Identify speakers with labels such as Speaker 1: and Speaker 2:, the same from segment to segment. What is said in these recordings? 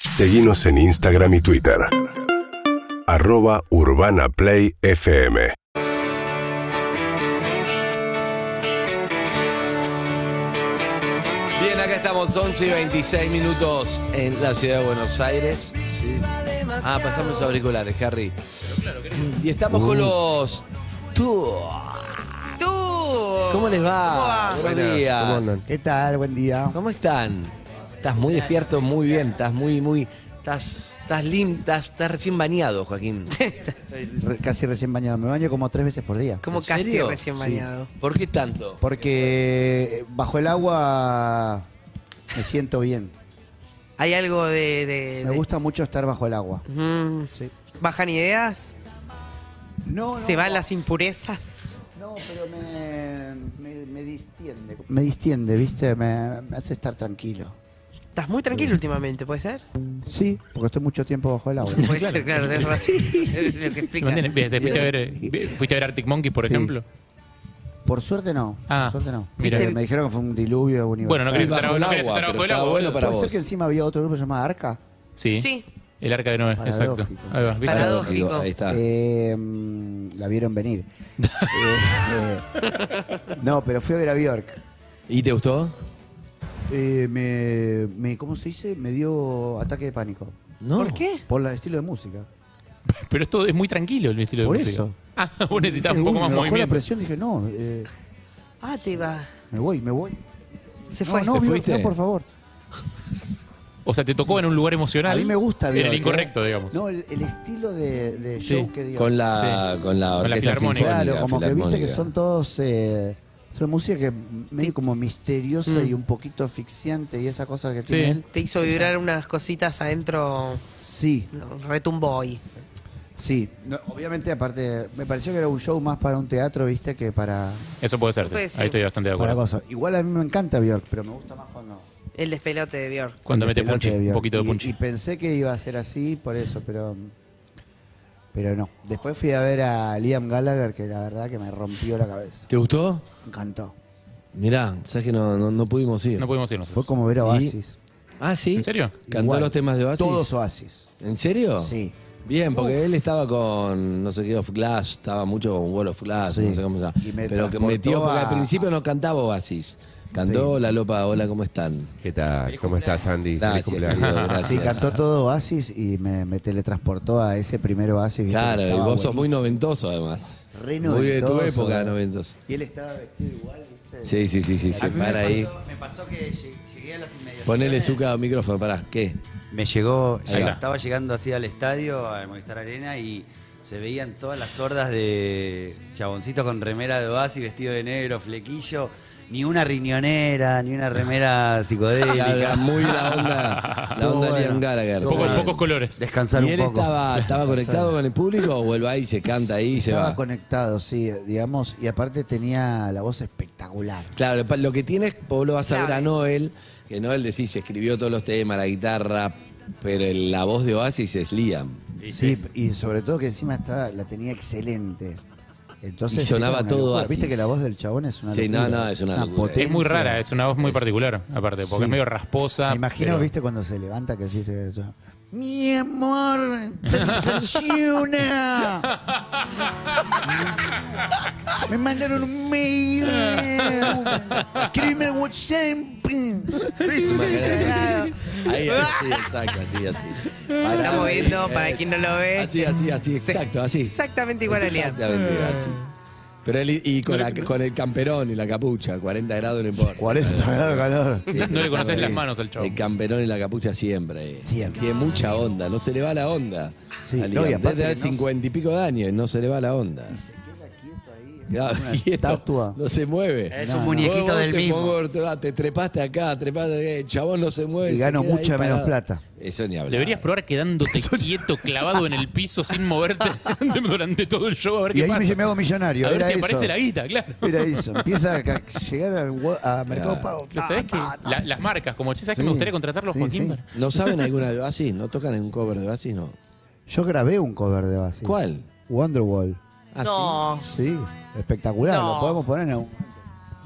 Speaker 1: Seguimos en Instagram y Twitter. Arroba Urbana Play FM.
Speaker 2: Bien, acá estamos 11 y 26 minutos en la ciudad de Buenos Aires. Sí. Ah, pasamos los auriculares, Harry. Y estamos con los Tú.
Speaker 3: Tú.
Speaker 2: ¿Cómo les va?
Speaker 3: ¿Cómo
Speaker 2: Buenos días. ¿Cómo
Speaker 4: ¿Qué tal? Buen día.
Speaker 2: están? Estás muy despierto, muy bien, estás muy, muy. Estás. Estás lim, estás, estás recién bañado, Joaquín.
Speaker 4: Estoy re- casi recién bañado. Me baño como tres veces por día.
Speaker 3: Como
Speaker 2: ¿En
Speaker 3: casi
Speaker 2: serio?
Speaker 3: recién
Speaker 2: Sí.
Speaker 3: bañado.
Speaker 2: ¿Por qué tanto?
Speaker 4: Porque bajo el agua me siento bien.
Speaker 3: Hay algo de. de-
Speaker 4: Me
Speaker 3: de-
Speaker 4: gusta mucho estar bajo el agua.
Speaker 3: Mm.
Speaker 4: Sí.
Speaker 3: ¿Bajan ideas?
Speaker 4: No, no,
Speaker 3: ¿Se van
Speaker 4: no.
Speaker 3: las impurezas?
Speaker 4: No, pero me, me, me distiende. Me distiende, ¿viste? Me, me hace estar tranquilo.
Speaker 3: Estás muy tranquilo últimamente, ¿puede ser?
Speaker 4: Sí, porque estoy mucho tiempo bajo el agua.
Speaker 3: Puede ser, claro, tenés razón. Es lo que explica.
Speaker 5: ¿Te fuiste, a ver, eh, fuiste a ver Arctic Monkeys, por
Speaker 4: Sí.
Speaker 5: ejemplo?
Speaker 4: Por suerte no.
Speaker 5: Ah,
Speaker 4: por suerte no.
Speaker 5: mira.
Speaker 4: Porque Me dijeron que fue un diluvio universal.
Speaker 5: Bueno, no querés
Speaker 2: bajo
Speaker 5: estar
Speaker 2: el
Speaker 5: no querés
Speaker 2: agua,
Speaker 5: estar
Speaker 2: pero
Speaker 5: bajo el
Speaker 2: está
Speaker 5: agua.
Speaker 2: bueno para
Speaker 4: Puede
Speaker 2: vos.
Speaker 4: ser que encima había otro grupo llamado Arca.
Speaker 5: Sí.
Speaker 3: Sí.
Speaker 5: El arca de Noé, exacto.
Speaker 4: Paradójico.
Speaker 5: Ahí va, ¿viste?
Speaker 3: Paradójico.
Speaker 2: Ahí está.
Speaker 5: Ah.
Speaker 4: Eh, mm, la vieron venir. Eh, eh, no, pero fui a ver a Bjork.
Speaker 2: ¿Y te gustó?
Speaker 4: Eh, me, me- ¿Cómo se dice? Me dio ataque de pánico.
Speaker 2: No.
Speaker 3: ¿Por qué?
Speaker 4: Por la- el estilo de música.
Speaker 5: Pero es todo es muy tranquilo el estilo de
Speaker 4: Por
Speaker 5: música.
Speaker 4: eso.
Speaker 5: Ah, vos necesitabas un
Speaker 4: Eh, Uy,
Speaker 5: poco más
Speaker 4: me bajó la
Speaker 5: movimiento.
Speaker 4: presión dije, no, eh,
Speaker 3: Ah, te va.
Speaker 4: me voy, me voy.
Speaker 3: Se fue.
Speaker 4: No, no,
Speaker 2: ¿Te
Speaker 4: Bjork,
Speaker 2: fuiste?
Speaker 4: no, por favor.
Speaker 5: O sea, te tocó en un lugar emocional.
Speaker 4: A mí me gusta
Speaker 5: En
Speaker 4: Bjork,
Speaker 5: el
Speaker 4: ¿eh?
Speaker 5: incorrecto, digamos.
Speaker 4: No, el, el estilo de, de
Speaker 5: Sí,
Speaker 4: show que dio.
Speaker 2: Con la,
Speaker 5: Sí.
Speaker 2: con la
Speaker 5: Con la
Speaker 2: orquesta
Speaker 5: filarmónica.
Speaker 2: sinfónica.
Speaker 4: Claro, como que viste que
Speaker 2: filarmónica.
Speaker 4: son todos... Eh, es una música que medio como misteriosa y un poquito asfixiante y esa cosa que
Speaker 5: Mm. Sí.
Speaker 4: tiene él.
Speaker 3: Te hizo vibrar unas cositas adentro.
Speaker 4: Sí,
Speaker 3: Retumbó hoy.
Speaker 4: Sí, no, obviamente aparte, me pareció que era un show más para un teatro, viste, que para,
Speaker 5: Eso puede ser. sí.
Speaker 3: Puede ser.
Speaker 5: Ahí estoy bastante de
Speaker 4: para
Speaker 5: acuerdo.
Speaker 4: cosas. Igual a mí me encanta Bjork, pero me gusta más cuando...
Speaker 3: El despelote de Björk.
Speaker 5: Cuando
Speaker 4: el
Speaker 5: mete
Speaker 4: pelote
Speaker 5: punchi,
Speaker 4: de Bjork.
Speaker 5: un poquito de
Speaker 4: Y-
Speaker 5: punchi.
Speaker 4: Y, pensé que iba a ser así, por eso, pero... Pero no. Después fui a ver a Liam Gallagher, que la verdad que me rompió la cabeza.
Speaker 6: ¿Te gustó?
Speaker 4: Me encantó.
Speaker 6: Mirá, sabes que no, no, no pudimos ir.
Speaker 5: No pudimos irnos.
Speaker 4: Fue como ver a Oasis.
Speaker 6: ah, sí.
Speaker 5: ¿En serio?
Speaker 6: ¿Cantó
Speaker 4: Igual.
Speaker 6: los temas de Oasis?
Speaker 4: Todos Oasis.
Speaker 6: ¿En serio?
Speaker 4: Sí.
Speaker 6: Bien, porque él estaba con no sé qué of Glass, estaba mucho con Wall of Glass,
Speaker 4: Sí.
Speaker 6: no sé cómo se llama.
Speaker 4: Y me
Speaker 6: Pero que
Speaker 4: transportó
Speaker 6: metió, porque
Speaker 4: a-
Speaker 6: al principio no cantaba Oasis. Cantó La Lopa, hola, ¿cómo están?
Speaker 7: ¿Qué tal? ¿Cómo estás, Andy?
Speaker 6: Gracias,
Speaker 7: Feliz
Speaker 6: querido,
Speaker 7: cumpleaños.
Speaker 6: gracias.
Speaker 4: Sí, cantó todo Oasis y me, me teletransportó a ese primer Oasis. viste,
Speaker 6: Claro,
Speaker 4: que
Speaker 6: y vos
Speaker 4: estaba
Speaker 6: sos muy
Speaker 4: buenísimo.
Speaker 6: noventoso además.
Speaker 4: Re
Speaker 6: Muy de tu
Speaker 4: noventoso.
Speaker 6: época, noventoso.
Speaker 4: Y él estaba vestido igual, ¿viste?
Speaker 6: Sí, sí, sí, sí, sí.
Speaker 8: A mí me
Speaker 6: Para ahí.
Speaker 8: pasó- Me pasó que lleg- llegué a las inmediaciones.
Speaker 6: Ponele suca al micrófono, pará. ¿Qué?
Speaker 8: Me llegó,
Speaker 6: Ahí
Speaker 8: lleg-
Speaker 6: va.
Speaker 8: estaba llegando así al estadio, al Movistar Arena, y se veían todas las hordas de chaboncitos con remera de oasis, vestido de negro, flequillo. Ni una riñonera, ni una remera
Speaker 6: Claro,
Speaker 8: psicodélica.
Speaker 6: muy la onda, la
Speaker 8: Estuvo
Speaker 6: onda
Speaker 8: bueno.
Speaker 6: Liam Gallagher.
Speaker 8: Estuvo
Speaker 5: Poco-
Speaker 6: Bien.
Speaker 5: pocos colores.
Speaker 8: Descansar
Speaker 6: ¿Y
Speaker 8: un
Speaker 6: él
Speaker 8: poco.
Speaker 6: estaba, estaba conectado con el público o él va y se canta ahí y se
Speaker 4: Estaba
Speaker 6: va?
Speaker 4: conectado, sí, digamos, y aparte tenía la voz espectacular.
Speaker 6: Claro, pa- lo que tiene es, vos lo vas a ver a
Speaker 3: Clave.
Speaker 6: Noel, que Noel decís, escribió todos los temas, la guitarra, pero el- la voz de Oasis es Liam.
Speaker 8: Y
Speaker 4: Sí, y sobre todo que encima estaba, la tenía excelente. Entonces
Speaker 6: Y sonaba
Speaker 4: era una
Speaker 6: todo
Speaker 4: locura.
Speaker 6: así.
Speaker 4: Viste que la voz del chabón es una
Speaker 6: Sí,
Speaker 4: locura.
Speaker 6: no, no, es una locura.
Speaker 5: Es muy rara, es una voz muy particular, aparte,
Speaker 4: Sí.
Speaker 5: porque es medio rasposa.
Speaker 4: Me imagino,
Speaker 5: pero-
Speaker 4: viste, cuando se levanta que dice eso. Mi amor, Pensaciona. Me mandaron un mail. Quiero irme a WhatsApp.
Speaker 6: Imagínate. Ahí, así, exacto, así, así. Pará. eh,
Speaker 3: Estamos viendo, para quien no lo ve.
Speaker 6: Así, así, así, exacto, así.
Speaker 3: Exactamente igual a Liam.
Speaker 6: Exactamente, así.
Speaker 4: Mm.
Speaker 6: Pero él, y- y con, la- con el camperón y la capucha, 40 grados no importa.
Speaker 4: 40 grados de calor.
Speaker 6: Sí,
Speaker 5: No le conoces
Speaker 6: sí.
Speaker 5: las manos al chavo.
Speaker 6: El camperón y la capucha siempre.
Speaker 4: Siempre.
Speaker 6: Tiene mucha onda, no se le va la onda.
Speaker 4: Sí,
Speaker 6: Al
Speaker 4: no, y
Speaker 6: Liam.
Speaker 4: aparte
Speaker 6: Debe tener
Speaker 4: que no-
Speaker 6: 50 y pico de años y no se le va la onda. Claro,
Speaker 4: una
Speaker 6: y esto
Speaker 4: estatua.
Speaker 6: No se mueve.
Speaker 8: Es
Speaker 4: No,
Speaker 8: un
Speaker 4: no.
Speaker 6: Vos-
Speaker 8: muñequito
Speaker 6: vos
Speaker 8: del
Speaker 6: te
Speaker 8: mismo.
Speaker 6: pongo, te va- te trepaste acá, trepaste, el chabón no se mueve.
Speaker 4: Y
Speaker 6: se
Speaker 4: gano
Speaker 6: queda ahí
Speaker 4: mucha menos
Speaker 6: parado.
Speaker 4: plata.
Speaker 6: Eso ni hablar.
Speaker 5: Deberías probar quedándote quieto, clavado en el piso, sin moverte durante todo el show, a ver
Speaker 4: Y
Speaker 5: qué
Speaker 4: ahí me,
Speaker 5: pasa.
Speaker 4: me hago millonario.
Speaker 5: a ver
Speaker 4: era
Speaker 5: si
Speaker 4: eso.
Speaker 5: aparece la guita, claro.
Speaker 4: Era eso. Empieza a ca- llegar al wa- a, Mercado Pago.
Speaker 5: Pero ¿Sabés que la- las marcas, como che, ¿sabés que
Speaker 4: Sí.
Speaker 5: me gustaría contratarlo,
Speaker 4: Sí, sí.
Speaker 5: Joaquín? Para-
Speaker 6: ¿No saben alguna de Oasis? ¿No tocan en un cover de Oasis? No.
Speaker 4: Yo grabé un cover de Oasis.
Speaker 6: ¿Cuál?
Speaker 4: Wonderwall.
Speaker 6: Ah,
Speaker 3: No,
Speaker 4: Sí, espectacular.
Speaker 3: No.
Speaker 4: Lo podemos poner en un...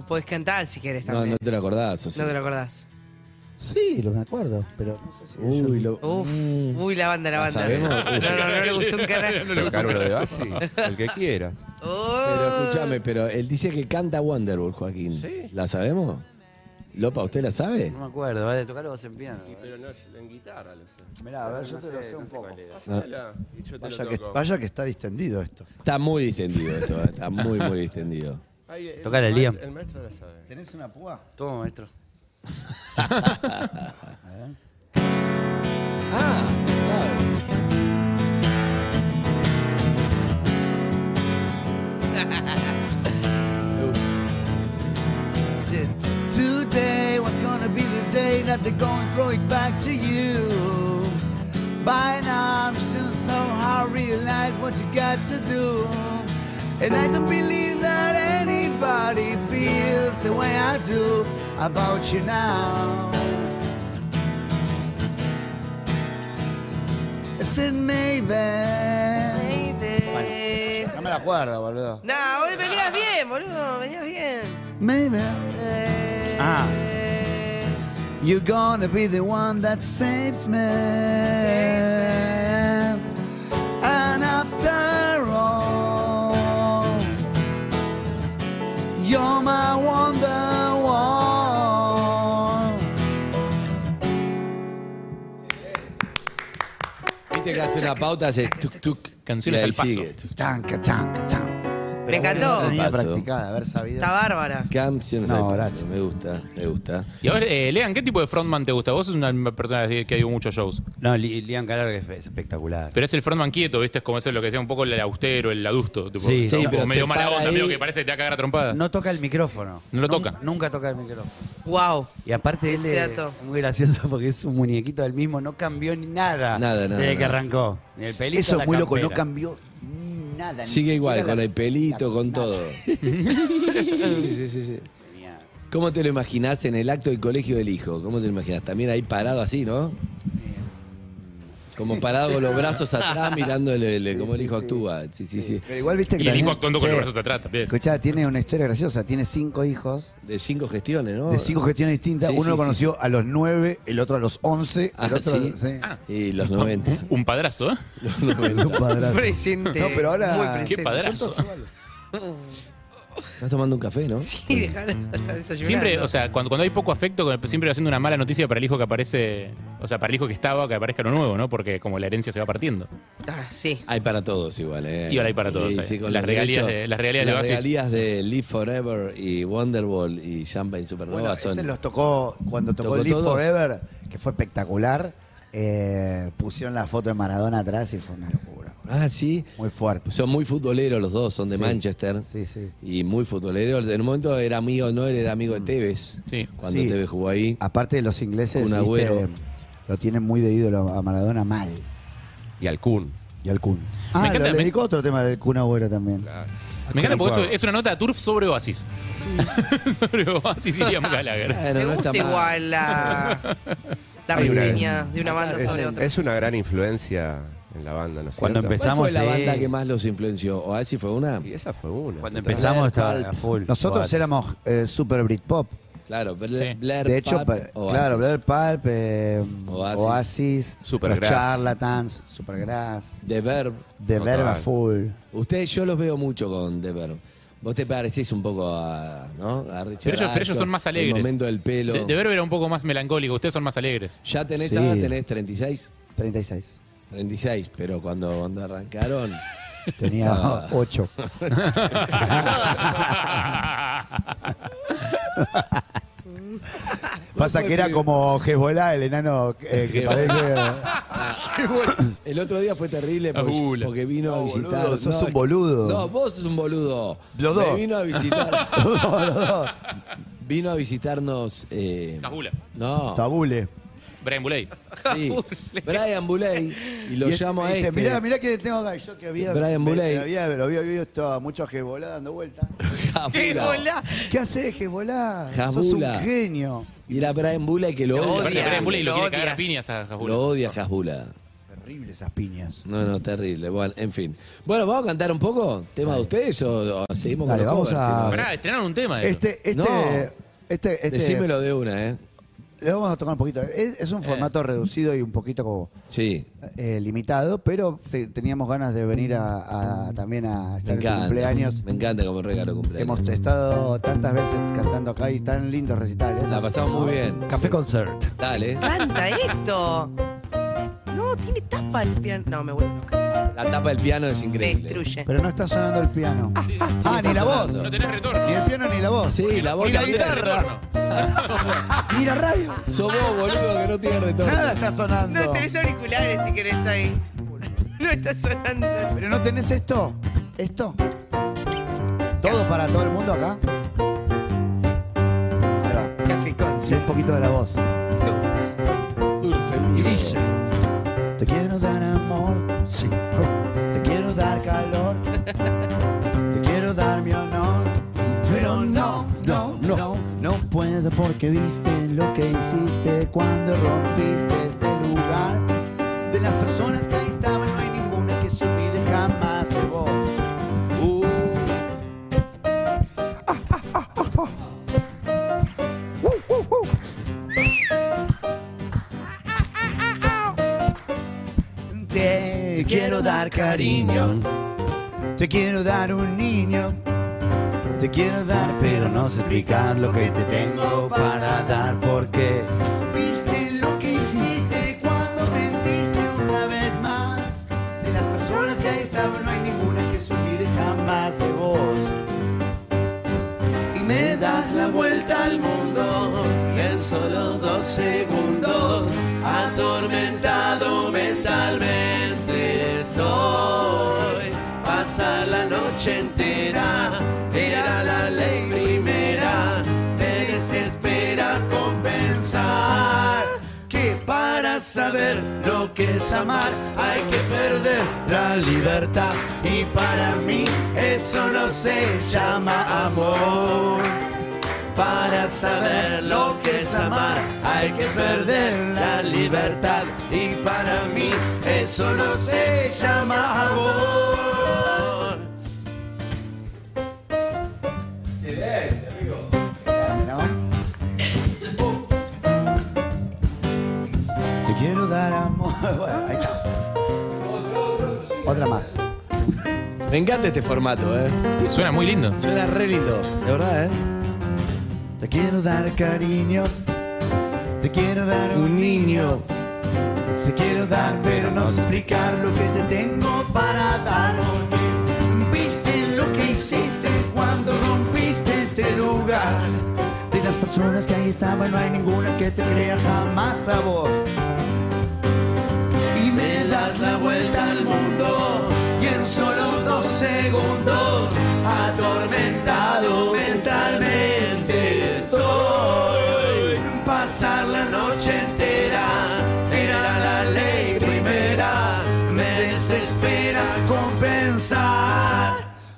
Speaker 3: puedes cantar si quieres
Speaker 6: sí. No,
Speaker 3: también.
Speaker 6: no te lo acordás. o sí.
Speaker 3: No te lo acordás.
Speaker 4: Sí, lo me acuerdo, pero no sé si
Speaker 6: Uy, lo.
Speaker 3: Uf,
Speaker 4: Mm.
Speaker 3: uy, la banda, la
Speaker 6: ¿La
Speaker 3: banda.
Speaker 6: sabemos?
Speaker 3: No, no, no le gustó un carajo.
Speaker 7: Tocar uno de Bassi, el que quiera.
Speaker 6: Pero escúchame, pero él dice que canta Wonderwall, Joaquín.
Speaker 7: Sí.
Speaker 6: ¿La sabemos? Lopa, ¿usted la sabe?
Speaker 8: No me acuerdo, vale, tocalo vos en piano.
Speaker 7: Pero no, en guitarra lo sé.
Speaker 4: Mirá, a ver, yo te lo sé un poco.
Speaker 7: Pásala, y yo te
Speaker 4: Vaya
Speaker 7: lo
Speaker 4: que,
Speaker 7: toco.
Speaker 4: vaya que está distendido esto.
Speaker 6: Está muy distendido esto, eh, está muy, muy distendido.
Speaker 7: Ahí, el
Speaker 8: Tocale,
Speaker 7: maest-
Speaker 8: Liam.
Speaker 7: El maestro la sabe.
Speaker 4: ¿Tenés una púa?
Speaker 8: Toma, maestro.
Speaker 6: Ah, sabe.
Speaker 4: Today was gonna be the day that they're going throw it back to you. By now, I'm soon somehow realize what you got to do. And I don't believe that anybody feels the way I do about you now. I said maybe.
Speaker 3: Baby.
Speaker 4: me la acuerdo, boludo.
Speaker 3: No, hoy venías bien, boludo, venías bien.
Speaker 4: Maybe.
Speaker 3: Eh,
Speaker 8: Ah,
Speaker 4: You're gonna be the one that saves me. And after all, you're my wonder
Speaker 6: Viste que hace una pauta, hace tuk tuk.
Speaker 5: Canciones
Speaker 6: y ahí
Speaker 5: al paso.
Speaker 6: sigue, tuk,
Speaker 4: Tanca, tanca, tanca.
Speaker 3: Me encantó.
Speaker 6: Tenía practicada,
Speaker 4: haber sabido.
Speaker 3: Está bárbara.
Speaker 6: Canciones
Speaker 4: No,
Speaker 6: al paso.
Speaker 4: gracias.
Speaker 6: Me gusta, me gusta.
Speaker 5: Y a ver, eh, Lean, ¿qué tipo de frontman te gusta? Vos sos una persona así que ha ido a muchos shows.
Speaker 8: no, Li- Liam Gallagher es espectacular.
Speaker 5: Pero es el frontman quieto, ¿viste? Es como eso lo que decía un poco el austero, el adusto. Tipo,
Speaker 8: Sí,
Speaker 5: es como
Speaker 8: sí,
Speaker 6: pero
Speaker 5: medio
Speaker 6: se
Speaker 5: mala
Speaker 6: para
Speaker 5: onda,
Speaker 6: ahí.
Speaker 5: medio que parece que te va a cagar a trompada.
Speaker 8: No toca el micrófono.
Speaker 5: No lo
Speaker 8: Nun-
Speaker 5: toca.
Speaker 8: Nunca toca el micrófono.
Speaker 3: Wow.
Speaker 8: Y aparte él
Speaker 3: Es
Speaker 8: es
Speaker 3: cierto.
Speaker 8: muy gracioso porque es un muñequito del mismo, no cambió ni nada,
Speaker 6: Nada, nada,
Speaker 8: desde que
Speaker 6: nada.
Speaker 8: arrancó. Ni el pelito,
Speaker 4: Eso
Speaker 8: la
Speaker 4: es muy loco, no
Speaker 8: campera.
Speaker 4: cambió nada. ni
Speaker 6: Sigue igual,
Speaker 4: siquiera
Speaker 6: con
Speaker 4: las-
Speaker 6: el pelito,
Speaker 4: la-
Speaker 6: con
Speaker 4: nada.
Speaker 6: todo. Sí, sí, sí, sí. ¿Cómo te lo imaginás en el acto del colegio del hijo? ¿Cómo te lo imaginás? También ahí parado así, ¿no? Como parado con los brazos atrás mirando el- el- cómo el hijo actúa. Sí, sí, sí.
Speaker 4: Pero igual viste que
Speaker 5: Y el hijo
Speaker 4: también-
Speaker 5: actuando con
Speaker 4: Sí.
Speaker 5: los brazos atrás también.
Speaker 4: Escuchá, tiene una historia graciosa. Tiene cinco hijos.
Speaker 6: De cinco gestiones, ¿no?
Speaker 4: De cinco gestiones distintas.
Speaker 6: Oh, Sí,
Speaker 4: Uno
Speaker 6: sí,
Speaker 4: lo
Speaker 6: sí.
Speaker 4: conoció a los nueve, el otro a los once,
Speaker 6: Ah,
Speaker 4: el otro
Speaker 6: sí.
Speaker 4: sí.
Speaker 6: Y los 90.
Speaker 5: Un padrazo, ¿eh?
Speaker 6: Los 90.
Speaker 4: Es un padrazo.
Speaker 3: Presente.
Speaker 4: No, pero ahora.
Speaker 3: Muy
Speaker 5: Qué
Speaker 3: presente.
Speaker 5: padrazo.
Speaker 6: Estás tomando un café, ¿no?
Speaker 3: Sí, dejar hasta desayunar.
Speaker 5: Siempre, o sea, cuando, cuando hay poco afecto, con el- siempre haciendo una mala noticia para el hijo que aparece, o sea, para el hijo que estaba, que aparezca lo nuevo, ¿no? Porque como la herencia se va partiendo.
Speaker 3: Ah, sí.
Speaker 6: Hay para todos igual, ¿eh?
Speaker 5: Y ahora hay para todos,
Speaker 6: Sí,
Speaker 5: ahí.
Speaker 6: sí, con
Speaker 5: Las
Speaker 6: los
Speaker 5: regalías
Speaker 6: derechos-
Speaker 5: de- las regalías de Oasis.
Speaker 6: regalías de Live Forever y Wonderwall y Champagne Supernova
Speaker 4: Bueno,
Speaker 6: son...
Speaker 4: ese los tocó cuando tocó,
Speaker 6: ¿Tocó
Speaker 4: Live
Speaker 6: todos?
Speaker 4: Forever, que fue espectacular. eh, pusieron la foto de Maradona atrás y fue una locura.
Speaker 6: Ah, sí.
Speaker 4: Muy fuerte.
Speaker 6: Son muy futboleros los dos, son de
Speaker 4: Sí.
Speaker 6: Manchester.
Speaker 4: Sí, sí.
Speaker 6: Y muy futboleros. En un momento era amigo, no, él era amigo de Tevez.
Speaker 5: Sí.
Speaker 6: Cuando
Speaker 4: Sí.
Speaker 6: Tevez jugó ahí.
Speaker 4: Aparte de los ingleses,
Speaker 6: Kun
Speaker 4: viste,
Speaker 6: Agüero.
Speaker 4: lo tienen muy de ídolo a Maradona mal.
Speaker 7: Y al Kun.
Speaker 4: Y al Kun. Ah,
Speaker 5: encanta,
Speaker 4: le
Speaker 5: me-
Speaker 4: dedicó otro tema del Kun Agüero también.
Speaker 5: Me encanta porque eso-
Speaker 7: Claro.
Speaker 5: es una nota de Turf sobre Oasis. sobre Oasis y Liam Gallagher.
Speaker 6: Bueno,
Speaker 3: Me
Speaker 6: no está
Speaker 3: gusta
Speaker 6: mal.
Speaker 3: igual la, la
Speaker 7: Hay una-
Speaker 3: reseña de una banda
Speaker 6: Es
Speaker 3: sobre
Speaker 6: un-
Speaker 3: otra.
Speaker 7: Es una gran influencia en la banda, ¿no es
Speaker 8: Cuando
Speaker 7: cierto?
Speaker 6: ¿Cuál fue
Speaker 8: Empezamos,
Speaker 6: la
Speaker 8: eh.
Speaker 6: banda que más los influenció? ¿Oasis fue una?
Speaker 7: Y esa fue una.
Speaker 8: Cuando empezamos
Speaker 6: Blair
Speaker 8: estaba a
Speaker 6: Pulp.
Speaker 8: full.
Speaker 4: Nosotros
Speaker 8: Oasis.
Speaker 4: éramos eh, super Britpop.
Speaker 6: Claro, Bla-
Speaker 5: Sí.
Speaker 6: Blair
Speaker 4: De hecho,
Speaker 6: Pulp,
Speaker 4: pa-
Speaker 6: Oasis.
Speaker 4: claro, Blair Pulp, eh,
Speaker 6: Oasis.
Speaker 4: Oasis,
Speaker 7: Supergrass.
Speaker 4: los Charlatans, Supergrass,
Speaker 6: The Verb.
Speaker 4: The
Speaker 7: Total.
Speaker 4: Verba Full.
Speaker 6: Ustedes, yo los veo mucho con The Verb. Vos te parecís un poco a, ¿no? a Richard
Speaker 5: Pero ellos, pero ellos
Speaker 6: Ashcroft,
Speaker 5: son más alegres.
Speaker 6: El momento del pelo.
Speaker 5: De, de ver era un poco más melancólico, ustedes son más alegres.
Speaker 6: Ya tenés,
Speaker 4: Sí.
Speaker 6: ahora tenés 36.
Speaker 4: 36.
Speaker 6: 36, pero cuando, cuando arrancaron...
Speaker 4: Tenía
Speaker 6: Ah.
Speaker 4: 8. Pasa que era como Hezbollah, el enano eh, que parece.
Speaker 6: El otro día fue terrible
Speaker 5: La
Speaker 6: porque,
Speaker 5: gula.
Speaker 6: porque vino a
Speaker 4: No,
Speaker 6: visitar.
Speaker 4: boludo, sos un boludo.
Speaker 6: No, vos sos un boludo.
Speaker 4: Los
Speaker 6: Me
Speaker 4: dos.
Speaker 6: vino a visitar.
Speaker 4: Los dos, los dos.
Speaker 6: Vino a visitarnos. eh,
Speaker 5: Cajula.
Speaker 6: no.
Speaker 4: Tabule.
Speaker 5: Brian Buley.
Speaker 6: sí, Brian Buley. Y lo
Speaker 4: Y es-
Speaker 6: llamo a
Speaker 4: y dice,
Speaker 6: este.
Speaker 4: mirá, mirá que tengo acá. Yo que había,
Speaker 6: Brian
Speaker 4: ve-
Speaker 6: Muley.
Speaker 4: que había- lo había visto a muchos Hezbollah dando vueltas.
Speaker 3: ¡Qué
Speaker 6: Jabula.
Speaker 3: bola!
Speaker 4: ¿Qué haces, Hezbollah? Sos un
Speaker 6: Jabula.
Speaker 4: genio.
Speaker 6: Y era Brian Buley que lo,
Speaker 3: Lo
Speaker 6: odia.
Speaker 5: Aparte,
Speaker 3: odia.
Speaker 5: Brian Buley lo,
Speaker 3: lo
Speaker 5: quiere
Speaker 3: odia.
Speaker 5: cagar a piñas a Cajula.
Speaker 6: Lo odia Hasbula.
Speaker 4: Terrible esas piñas.
Speaker 6: No, no, terrible. Bueno, en fin. Bueno, ¿vamos a cantar un poco? ¿Tema de ustedes o, o seguimos
Speaker 4: Dale,
Speaker 6: con los covers?
Speaker 4: vamos a-
Speaker 6: Si no-
Speaker 5: Pará, estrenaron un tema. de eso.
Speaker 4: Este, este,
Speaker 6: No.
Speaker 4: este, este.
Speaker 6: Decímelo de una, ¿eh?
Speaker 4: Lo vamos a tocar un poquito. Es, es un formato reducido y un poquito como,
Speaker 6: Sí.
Speaker 4: eh, limitado, pero te- teníamos ganas de venir a, a- también a
Speaker 6: Me
Speaker 4: estar en tu
Speaker 6: encanta.
Speaker 4: cumpleaños.
Speaker 6: Me encanta como regalo cumpleaños.
Speaker 4: Hemos estado tantas veces cantando acá y tan lindos recitales.
Speaker 6: La pasamos muy bien.
Speaker 2: Café Concert.
Speaker 6: Dale.
Speaker 3: Canta esto. No, tiene tapa el piano. No, me vuelvo loca.
Speaker 6: La tapa del piano es
Speaker 3: Me
Speaker 6: increíble.
Speaker 3: destruye.
Speaker 4: Pero no está sonando el piano. ah, ni
Speaker 6: está
Speaker 4: la voz.
Speaker 6: sonando.
Speaker 5: No tenés retorno.
Speaker 4: Ni el piano ni la voz.
Speaker 6: Sí, la voz
Speaker 5: Porque no
Speaker 6: también.
Speaker 5: tenés retorno.
Speaker 4: Ni la radio.
Speaker 6: Sos vos, boludo, que no tiene retorno.
Speaker 4: Nada está sonando.
Speaker 3: No, tenés auriculares si querés ahí. No está sonando.
Speaker 4: Pero no tenés esto. Esto. Todo para todo el mundo acá. Ahí va.
Speaker 3: Café
Speaker 4: Sí, un
Speaker 3: Concert.
Speaker 4: poquito de la voz.
Speaker 6: Turf en vivo.
Speaker 4: Te quiero dar amor, sí. oh, Te quiero dar calor. Te quiero dar mi honor. Pero no, no, no, no, puedo porque viste lo que hiciste cuando rompiste este lugar. De las personas que ahí estaban, no hay ninguna que se olvide jamás de vos. Uh. Uh, uh, uh. Te quiero dar cariño, te quiero dar un niño, te quiero dar, pero no sé explicar lo que te tengo para dar porque viste lo que hiciste cuando mentiste una vez más. De las personas que ahí estaban no hay ninguna que se olvide jamás de vos. Y me das la vuelta al mundo y en solo dos segundos atormentado mentalmente estoy. Pasa la noche entera, era la ley primera, te desespera compensar. Que para saber lo que es amar hay que perder la libertad y para mí eso no se llama amor. Para saber lo que es amar hay que perder la libertad y para mí eso no se llama amor. Te quiero dar amor. Bueno, ahí está. Otra más.
Speaker 6: Me encanta este formato, ¿eh?
Speaker 5: Suena muy lindo.
Speaker 6: Suena re lindo, de verdad, ¿eh?
Speaker 4: Te quiero dar cariño. Te quiero dar un niño. Te quiero dar, pero no sé explicar lo que te tengo para dar. Viste lo que hiciste cuando rompiste este lugar. De las personas que ahí estaban, no hay ninguna que se crea jamás a vos. Y me das la vuelta al mundo. Y en solo dos segundos, atormentado mentalmente estoy. Pasar la noche entera, era la ley primera. Me desespera compensar.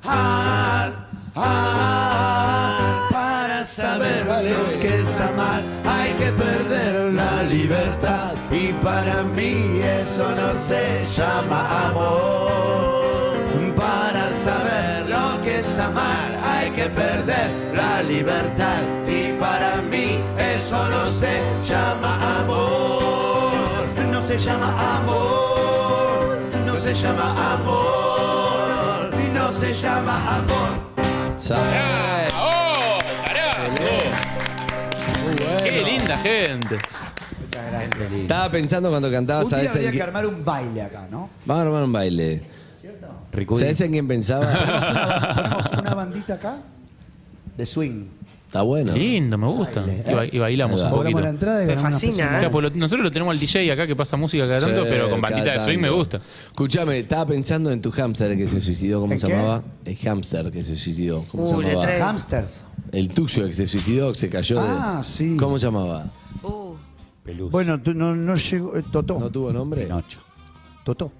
Speaker 4: Ah, ah, para saber lo que es amar, hay que perder la libertad. Y para mí eso no se llama amor. Para saber lo que es amar, hay que perder la libertad. Y para mí eso no se llama amor. No se llama amor. No se llama amor. Y no se llama amor.
Speaker 6: Sa-
Speaker 5: ¡Oh! ¡Carajo! ¡Qué linda gente!
Speaker 6: Estaba pensando cuando cantabas, ¿sabes en qué?
Speaker 4: armar un baile acá, ¿no?
Speaker 6: Vamos a armar un baile. ¿Sabes en quién pensaba?
Speaker 4: Ponemos una bandita acá de swing.
Speaker 6: Está bueno.
Speaker 5: Lindo, me gusta. Y, ba- y bailamos un
Speaker 4: Cobramos
Speaker 5: poquito.
Speaker 4: la entrada y
Speaker 3: Me
Speaker 4: ganamos una
Speaker 3: fascina,
Speaker 4: especie de-
Speaker 3: ¿eh?
Speaker 5: Claro, pues lo- nosotros lo tenemos al DJ acá que pasa música cada tanto,
Speaker 6: Sí,
Speaker 5: pero con
Speaker 6: cada
Speaker 5: bandita de swing me
Speaker 6: tanto.
Speaker 5: gusta.
Speaker 6: Escuchame, estaba pensando en tu hámster que se suicidó, ¿cómo
Speaker 4: ¿En
Speaker 6: se
Speaker 4: qué?
Speaker 6: llamaba? El hámster que se suicidó, ¿cómo
Speaker 3: Uh,
Speaker 6: se
Speaker 3: le
Speaker 6: llamaba?
Speaker 3: trae-
Speaker 4: Hamsters.
Speaker 6: El tuyo que se suicidó, que se cayó. de-
Speaker 4: Ah, sí.
Speaker 6: ¿Cómo se llamaba?
Speaker 3: Uh,
Speaker 4: Bueno, tú- no, no llegó. eh, Totó.
Speaker 6: ¿No tuvo nombre?
Speaker 4: Totó.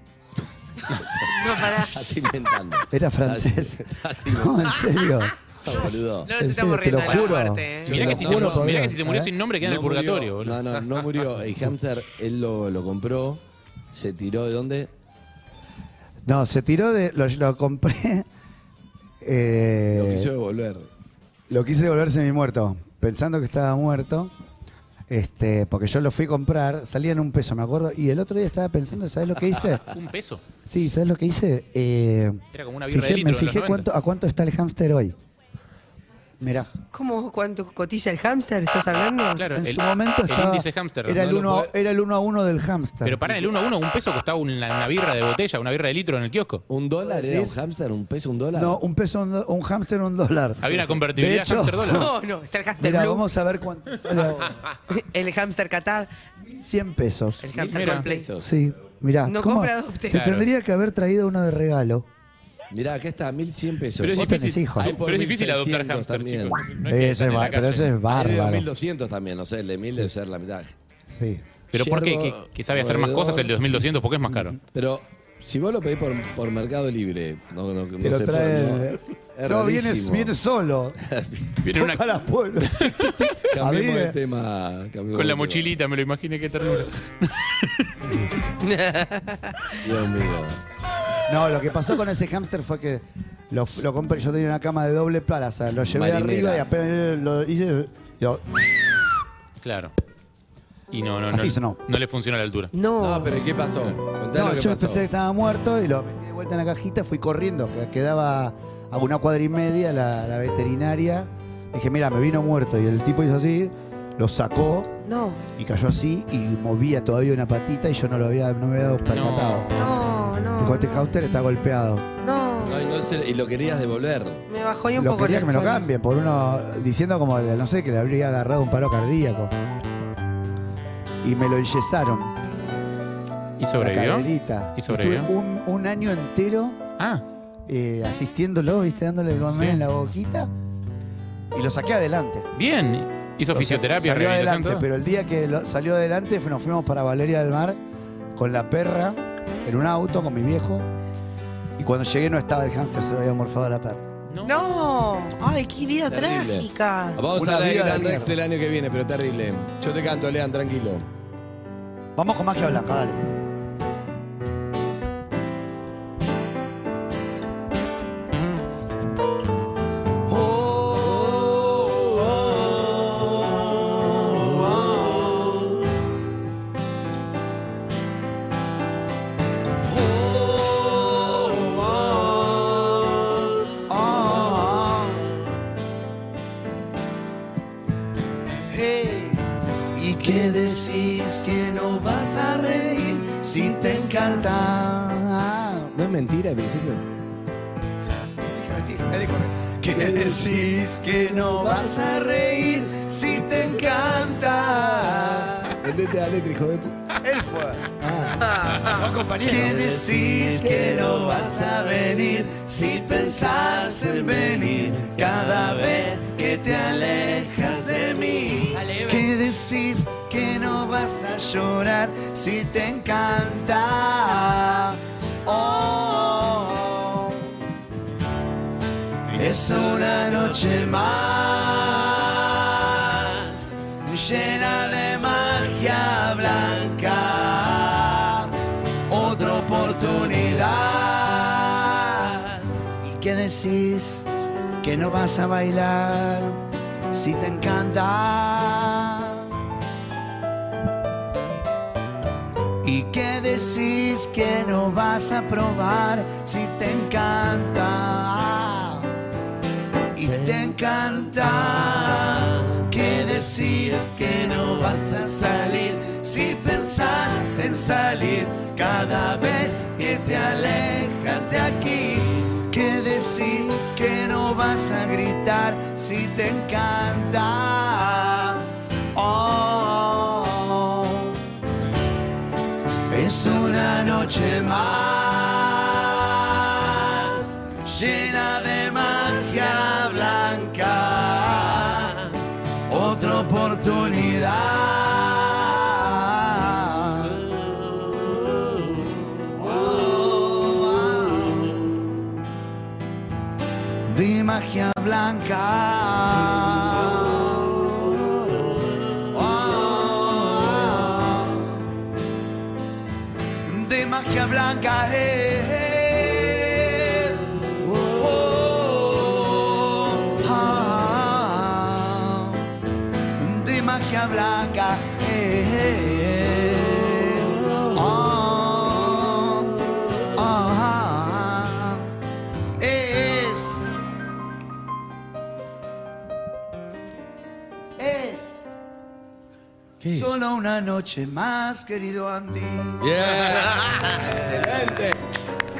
Speaker 3: no, pará.
Speaker 6: Estás inventando.
Speaker 4: Era francés.
Speaker 6: Estás
Speaker 4: No,
Speaker 6: inventando,
Speaker 4: en serio.
Speaker 6: boludo.
Speaker 3: No
Speaker 4: En
Speaker 3: nos estamos
Speaker 4: serio, te
Speaker 3: riendo
Speaker 4: lo
Speaker 3: de la
Speaker 4: juro. Yo
Speaker 3: muerte, ¿eh?
Speaker 5: Mirá
Speaker 4: lo
Speaker 5: que si se
Speaker 4: juro
Speaker 5: murió,
Speaker 4: por
Speaker 5: mirá que
Speaker 4: Dios,
Speaker 5: si se murió
Speaker 4: ¿eh?
Speaker 5: sin nombre queda en el
Speaker 6: murió.
Speaker 5: purgatorio, boludo.
Speaker 6: No, no, no murió. El hámster, él lo, lo compró, se tiró de dónde?
Speaker 4: No, se tiró de. Lo, lo compré. eh,
Speaker 6: Lo quiso devolver.
Speaker 4: lo quise devolver semi muerto. Pensando que estaba muerto. Este, porque yo lo fui a comprar, salían un peso, me acuerdo, y el otro día estaba pensando, ¿sabes lo que hice?
Speaker 5: Un peso.
Speaker 4: Sí, ¿sabes lo que hice? Eh,
Speaker 5: Era como una birra
Speaker 4: fijé-
Speaker 5: de litro
Speaker 4: me
Speaker 5: de los
Speaker 4: fijé
Speaker 5: 90.
Speaker 4: cuánto, a cuánto está el hámster hoy. Mirá,
Speaker 3: ¿Cómo cuánto cotiza el hámster? ¿Estás hablando?
Speaker 5: Claro,
Speaker 4: en
Speaker 5: el, ah,
Speaker 4: su momento
Speaker 5: el
Speaker 4: estaba,
Speaker 5: índice hámster.
Speaker 4: Era,
Speaker 5: no
Speaker 4: el
Speaker 5: lo
Speaker 4: uno,
Speaker 5: podés-
Speaker 4: era el uno a uno del hámster.
Speaker 5: Pero para el 1 a 1, un peso costaba una, una birra de botella, una birra de litro en el kiosco.
Speaker 6: ¿Un dólar era un hámster? ¿Un peso? ¿Un dólar?
Speaker 4: No, un peso, un, do- un hámster, un dólar.
Speaker 5: Había una
Speaker 4: De
Speaker 5: convertibilidad
Speaker 4: hecho-
Speaker 5: hámster dólar.
Speaker 3: No, no, está el hámster
Speaker 4: Mira,
Speaker 3: blue, Ah,
Speaker 4: vamos a ver cuánto.
Speaker 3: el hámster Qatar,
Speaker 4: 100 pesos.
Speaker 3: el hámster
Speaker 5: Mira.
Speaker 3: Coldplay.
Speaker 6: Pesos.
Speaker 4: Sí, mirá.
Speaker 3: No
Speaker 4: ¿cómo?
Speaker 3: compra
Speaker 4: Te
Speaker 3: adopte.
Speaker 5: Claro.
Speaker 4: tendría que haber traído uno de regalo.
Speaker 6: Mirá, acá está, 1100 pesos.
Speaker 5: Pero es
Speaker 4: Vos tenés
Speaker 5: difícil,
Speaker 4: hijos.
Speaker 5: sí,
Speaker 4: Hay
Speaker 6: por
Speaker 5: pero es difícil
Speaker 6: 1600
Speaker 5: adoptar hámster,
Speaker 6: también.
Speaker 5: chicos. No es que
Speaker 4: Ese
Speaker 5: están
Speaker 4: es
Speaker 5: en la
Speaker 4: va- pero
Speaker 5: calle.
Speaker 4: ese es
Speaker 6: Hay de
Speaker 4: bárbaro.
Speaker 6: 1200 también, no sé, el de 1000 debe ser la mitad.
Speaker 4: Sí.
Speaker 5: Pero ¿por qué?
Speaker 6: Yerba,
Speaker 5: Que, que sabe hacer más
Speaker 6: roedor.
Speaker 5: cosas el de 2200 porque es más caro.
Speaker 6: Pero si vos lo pedís por, por Mercado Libre, no, no,
Speaker 4: Te
Speaker 6: no
Speaker 4: lo
Speaker 6: se
Speaker 4: trae.
Speaker 6: puede. No, es
Speaker 4: No, vienes,
Speaker 6: rarísimo.
Speaker 4: vienes solo.
Speaker 5: Viene una,
Speaker 4: Toca la puebla.
Speaker 6: Cambiemos de
Speaker 4: Abrí-
Speaker 6: tema. cambiemos
Speaker 5: con
Speaker 6: de
Speaker 5: la
Speaker 6: tema.
Speaker 5: mochilita, me lo imaginé, qué ternura.
Speaker 6: Dios mío.
Speaker 4: No, lo que pasó con ese hámster fue que lo, lo compré, yo tenía una cama de doble plaza, lo llevé
Speaker 6: Marinera.
Speaker 4: arriba y apenas lo hice. yo-
Speaker 5: Claro. Y no, no, no.
Speaker 4: Así sonó.
Speaker 5: No le funciona la altura.
Speaker 3: No,
Speaker 6: No, pero ¿y ¿qué pasó? Contá
Speaker 4: no,
Speaker 6: lo que
Speaker 4: yo
Speaker 6: pasó.
Speaker 4: pensé que estaba muerto y lo metí de vuelta en la cajita, fui corriendo, que quedaba a una cuadra y media la, la veterinaria. Dije, mira, me vino muerto. Y el tipo hizo así, lo sacó
Speaker 3: no,
Speaker 4: y cayó así y movía todavía una patita y yo no lo había, no me había percatado.
Speaker 3: no, no.
Speaker 4: Dijo, este
Speaker 3: no,
Speaker 4: hámster está golpeado.
Speaker 3: No,
Speaker 6: No, y, no se- y lo querías devolver.
Speaker 3: me bajó ahí un
Speaker 4: lo
Speaker 3: poco
Speaker 4: quería que
Speaker 3: la
Speaker 4: me lo
Speaker 3: historia.
Speaker 4: cambien por uno diciendo como no sé que le habría agarrado un paro cardíaco y me lo enyesaron
Speaker 5: ¿Y
Speaker 4: la
Speaker 5: sobrevivió?
Speaker 4: caderita
Speaker 5: ¿Y sobrevivió?
Speaker 4: Estuve un, un año entero
Speaker 5: Ah,
Speaker 4: eh, asistiéndolo viste dándole de comer
Speaker 5: Sí.
Speaker 4: en la boquita y lo saqué adelante
Speaker 5: bien. Hizo
Speaker 4: Lo sa-
Speaker 5: fisioterapia,
Speaker 4: salió
Speaker 5: rehabilitación,
Speaker 4: adelante
Speaker 5: todo.
Speaker 4: pero el día que lo- salió adelante fu- nos fuimos para Valeria del Mar con la perra en un auto con mi viejo y cuando llegué no estaba el hámster se lo había morfado a la perra
Speaker 3: No, ay, qué vida
Speaker 6: Terrible.
Speaker 3: trágica.
Speaker 6: Vamos
Speaker 4: Una
Speaker 6: a la
Speaker 4: vida
Speaker 6: Gran
Speaker 4: de
Speaker 6: Rex
Speaker 4: mierda.
Speaker 6: del año que viene, pero terrible. Yo te canto, Lean, tranquilo.
Speaker 4: Vamos con magia blanca, dale. Hey, ¿y qué decís que no vas a reír si te Ah, encanta?
Speaker 6: ¿No es mentira al principio?
Speaker 4: ¿Qué decís que no vas a reír si te encanta?
Speaker 6: Vendete a Letri, hijo de puta.
Speaker 4: Él fue. Ah. ¿Qué decís que no vas a venir si pensás en venir cada vez que te alejas de mí? ¿Qué decís que no vas a llorar si te encanta? Oh, es una noche más llena de magia blanca. Otra oportunidad. ¿Y qué decís que no vas a bailar si te encanta? ¿Y qué decís que no vas a probar si te encanta? Y te encanta. ¿Qué decís que no vas a salir si pensás en salir cada vez que te alejas de aquí? ¿Qué decís que no vas a gritar si te encanta? Oh. Es una noche más llena de magia blanca. Otra oportunidad. De magia blanca. Ah, de magia blanca. eh, eh. Oh, ah, ah, ah. de magia niña blanca. eh, eh, eh. Oh, ah, es. Es. Solo una noche más, querido Andy.
Speaker 6: Excelente.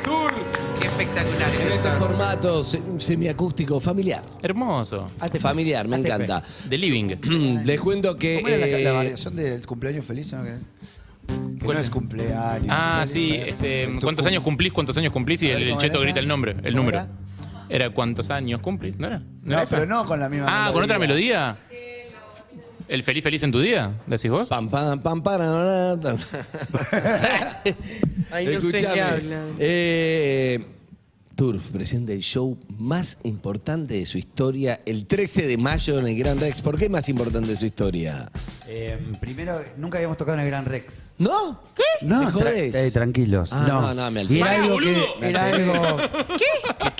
Speaker 6: Tour.
Speaker 3: Qué espectacular es
Speaker 6: En este
Speaker 3: eso.
Speaker 6: formato se- semiacústico, familiar.
Speaker 5: Hermoso.
Speaker 6: Familiar, me encanta.
Speaker 5: The Living.
Speaker 6: Les cuento que.
Speaker 4: ¿Cómo era la, la
Speaker 6: eh,
Speaker 4: variación del cumpleaños feliz? ¿no? Que, que
Speaker 5: ¿Cuál
Speaker 4: no
Speaker 5: es?
Speaker 4: es cumpleaños.
Speaker 5: Ah,
Speaker 4: feliz,
Speaker 5: sí.
Speaker 4: ¿no?
Speaker 5: es, eh,
Speaker 4: Tu
Speaker 5: ¿Cuántos
Speaker 4: cum-
Speaker 5: años cumplís? ¿Cuántos años cumplís? Y
Speaker 4: A ver,
Speaker 5: el, el
Speaker 4: ¿cómo
Speaker 5: cheto
Speaker 4: era
Speaker 5: grita
Speaker 4: esa?
Speaker 5: el nombre, el
Speaker 4: ¿Cómo
Speaker 5: número.
Speaker 4: era?
Speaker 5: Era? cuántos años cumplís, ¿no era?
Speaker 4: No, pero no con la misma
Speaker 5: Ah, ¿con otra melodía? ¿El feliz feliz en tu día? ¿Decís vos?
Speaker 6: Pam, pam, pam, para.
Speaker 3: Ay, no sé qué hablan.
Speaker 6: Eh, Turf presenta el show más importante de su historia el 13 de mayo en el Gran Rex. ¿Por qué más importante de su historia?
Speaker 8: Eh, primero, nunca habíamos tocado en el Gran Rex.
Speaker 6: ¿No? ¿Qué? No, ¿Me
Speaker 8: tra-
Speaker 6: jodés?
Speaker 8: eh, tranquilos.
Speaker 6: Ah, no, no, me alteré.
Speaker 8: Y era
Speaker 6: Pará,
Speaker 8: algo que,
Speaker 5: boludo.
Speaker 8: era algo que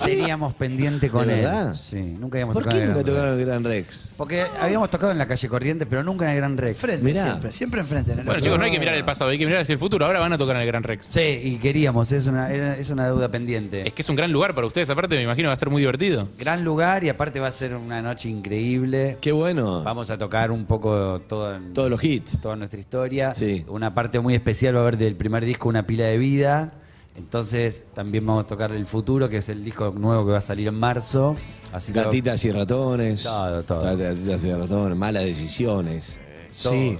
Speaker 8: teníamos pendiente con
Speaker 6: ¿De
Speaker 8: él.
Speaker 6: verdad?
Speaker 8: Sí, nunca habíamos
Speaker 6: ¿Por
Speaker 8: tocado.
Speaker 6: qué
Speaker 8: en el
Speaker 6: nunca
Speaker 8: Gran Rex.
Speaker 6: tocaron el Gran Rex?
Speaker 8: Porque habíamos tocado en la calle Corrientes, pero nunca en el Gran Rex.
Speaker 4: Frente,
Speaker 6: Mirá.
Speaker 4: siempre, siempre enfrente. ¿no?
Speaker 5: Bueno, chicos, no hay que mirar el pasado, hay que mirar hacia el futuro. Ahora van a tocar en el Gran Rex.
Speaker 8: Sí, y queríamos, es una, era- es una deuda pendiente.
Speaker 5: Es que es un gran lugar para ustedes, aparte, me imagino va a ser muy divertido.
Speaker 8: Gran lugar y aparte va a ser una noche increíble.
Speaker 6: Qué bueno.
Speaker 8: Vamos a tocar un poco todo en-
Speaker 6: Todos los hits.
Speaker 8: toda nuestra historia.
Speaker 6: Sí.
Speaker 8: Una parte muy especial va a haber del primer disco Una pila de vida. Entonces también vamos a tocar El futuro, que es el disco nuevo que va a salir en marzo. Así que-
Speaker 6: Gatitas y ratones.
Speaker 8: Todo, todo.
Speaker 6: Gatitas y ratones, malas decisiones.
Speaker 4: Sí.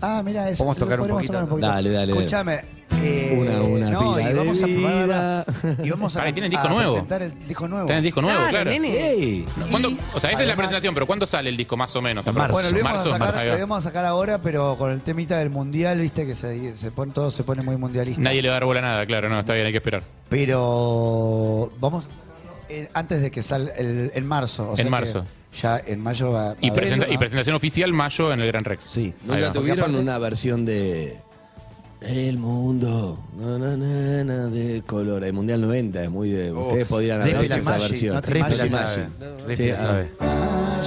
Speaker 4: Ah, mira, eso.
Speaker 8: Vamos a tocar un
Speaker 4: podemos
Speaker 8: poquito.
Speaker 6: Dale, dale, dale.
Speaker 4: Escúchame. eh,
Speaker 6: Una- una
Speaker 4: no,
Speaker 6: pila
Speaker 4: y
Speaker 6: de
Speaker 4: vamos a
Speaker 6: vida.
Speaker 4: probar. Y vamos a,
Speaker 5: Pará, ¿tienen disco
Speaker 4: a
Speaker 5: nuevo?
Speaker 4: presentar el disco nuevo.
Speaker 5: Tienen disco nuevo,
Speaker 3: Claro,
Speaker 5: claro.
Speaker 3: nene.
Speaker 6: ¡Ey!
Speaker 5: ¿Cuándo-
Speaker 4: Y,
Speaker 5: o sea, esa es la
Speaker 4: además-
Speaker 5: presentación, pero ¿cuándo sale el disco más o menos?
Speaker 8: En marzo.
Speaker 4: Bueno, lo íbamos,
Speaker 5: marzo,
Speaker 4: a sacar,
Speaker 5: marzo, ahí va.
Speaker 4: lo íbamos a sacar ahora, pero con el temita del mundial, viste que se, se pone, todo se pone muy mundialista.
Speaker 5: Nadie le va a dar bola a nada, claro, no, está bien, hay que esperar.
Speaker 4: Pero vamos eh, antes de que salga el- en marzo. o sea que
Speaker 5: marzo.
Speaker 4: Ya en mayo va. va
Speaker 5: Y,
Speaker 4: a haber
Speaker 5: presenta-
Speaker 4: eso,
Speaker 5: y
Speaker 4: ¿no?
Speaker 5: presentación oficial mayo en el Gran Rex.
Speaker 4: Sí.
Speaker 5: Ahí
Speaker 6: ¿Nunca
Speaker 5: va.
Speaker 6: tuvieron
Speaker 4: Porque aparte-
Speaker 6: una versión de El Mundo? No, no, no, no, de color. El Mundial 90 es muy de... Ustedes podrían haber
Speaker 8: Ripley
Speaker 6: hecho esa
Speaker 4: Magic,
Speaker 6: versión.
Speaker 4: no te Magic.
Speaker 8: Ripley la sabe.
Speaker 6: Magic.
Speaker 8: Ripley la
Speaker 6: Sí,
Speaker 8: sabe.
Speaker 4: Ah,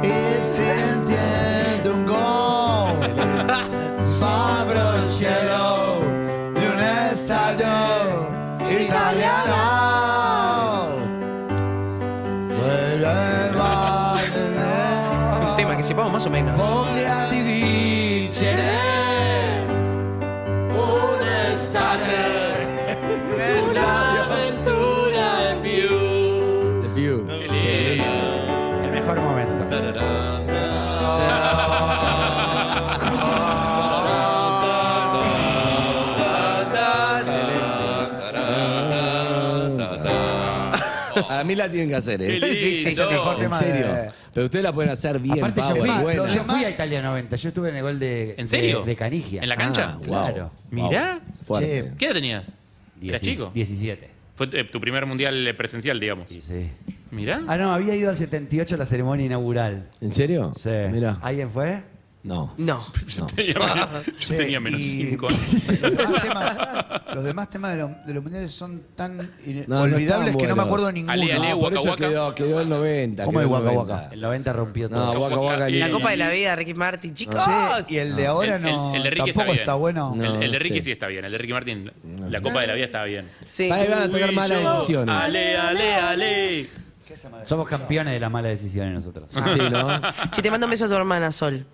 Speaker 4: llegué. Y sintiendo un gol, abro el cielo de un estadio italiano. Vuelve a tener
Speaker 3: Un tema que sepamos más o menos.
Speaker 4: Voglia di vincere un'estate, un'avventura in più.
Speaker 6: The View.
Speaker 8: El mejor momento.
Speaker 6: A mí la tienen que hacer, ¿eh?
Speaker 4: Es el mejor
Speaker 6: En
Speaker 4: tema
Speaker 6: serio.
Speaker 4: de-
Speaker 6: Pero ustedes la pueden hacer bien,
Speaker 8: Aparte, yo
Speaker 6: Pau,
Speaker 8: fui,
Speaker 6: y buena.
Speaker 8: yo fui a
Speaker 4: demás-
Speaker 8: Italia 90, yo estuve en el gol de,
Speaker 5: ¿En serio?
Speaker 8: de, de Canigia.
Speaker 5: ¿En la
Speaker 6: Ah,
Speaker 5: cancha?
Speaker 6: wow.
Speaker 8: Claro.
Speaker 5: Mirá.
Speaker 6: Fuerte.
Speaker 5: ¿Qué edad tenías? ¿Eras
Speaker 8: Diecis-
Speaker 5: chico?
Speaker 8: 17.
Speaker 5: Fue eh, tu primer mundial presencial, digamos.
Speaker 8: Sí, sí.
Speaker 5: Mirá.
Speaker 8: Ah, no, había ido al 78 a la ceremonia inaugural.
Speaker 6: ¿En serio?
Speaker 8: Sí.
Speaker 6: Mira.
Speaker 8: ¿Alguien fue?
Speaker 6: No.
Speaker 3: No.
Speaker 5: Yo
Speaker 8: ah,
Speaker 4: Che,
Speaker 5: tenía menos
Speaker 4: y-
Speaker 5: 5
Speaker 4: Los demás temas, los demás temas de, los- de los mundiales son tan ine-
Speaker 6: No, no
Speaker 4: olvidables
Speaker 6: están
Speaker 4: que no me
Speaker 6: buenos.
Speaker 4: acuerdo ninguno.
Speaker 5: Ale, ale,
Speaker 6: No, por eso
Speaker 5: Waka Waka.
Speaker 6: quedó, quedó el 90.
Speaker 4: ¿Cómo
Speaker 6: quedó
Speaker 4: es
Speaker 6: el
Speaker 4: Waka
Speaker 6: 90.
Speaker 4: Waka?
Speaker 8: El 90 rompió todo.
Speaker 6: Ah. No, Waka Waka.
Speaker 5: Y-
Speaker 6: y-
Speaker 3: La Copa de la Vida, Ricky Martin. Chicos.
Speaker 4: Che, y el de ahora
Speaker 5: El-
Speaker 4: no,
Speaker 5: el- el de Ricky
Speaker 4: tampoco
Speaker 5: bien.
Speaker 4: está bueno.
Speaker 5: El- el, de
Speaker 6: Ah. No
Speaker 5: Ricky
Speaker 6: sé.
Speaker 5: sí está bien. El de Ricky Martín, la Copa de la Vida está bien. Ah,
Speaker 3: Sí.
Speaker 6: Para ahí van a tocar malas decisiones.
Speaker 5: Ale, ale, ale.
Speaker 8: Somos campeones de las malas decisiones nosotros.
Speaker 6: Sí, ¿no?
Speaker 3: Che, te mando un beso a tu hermana, Sol.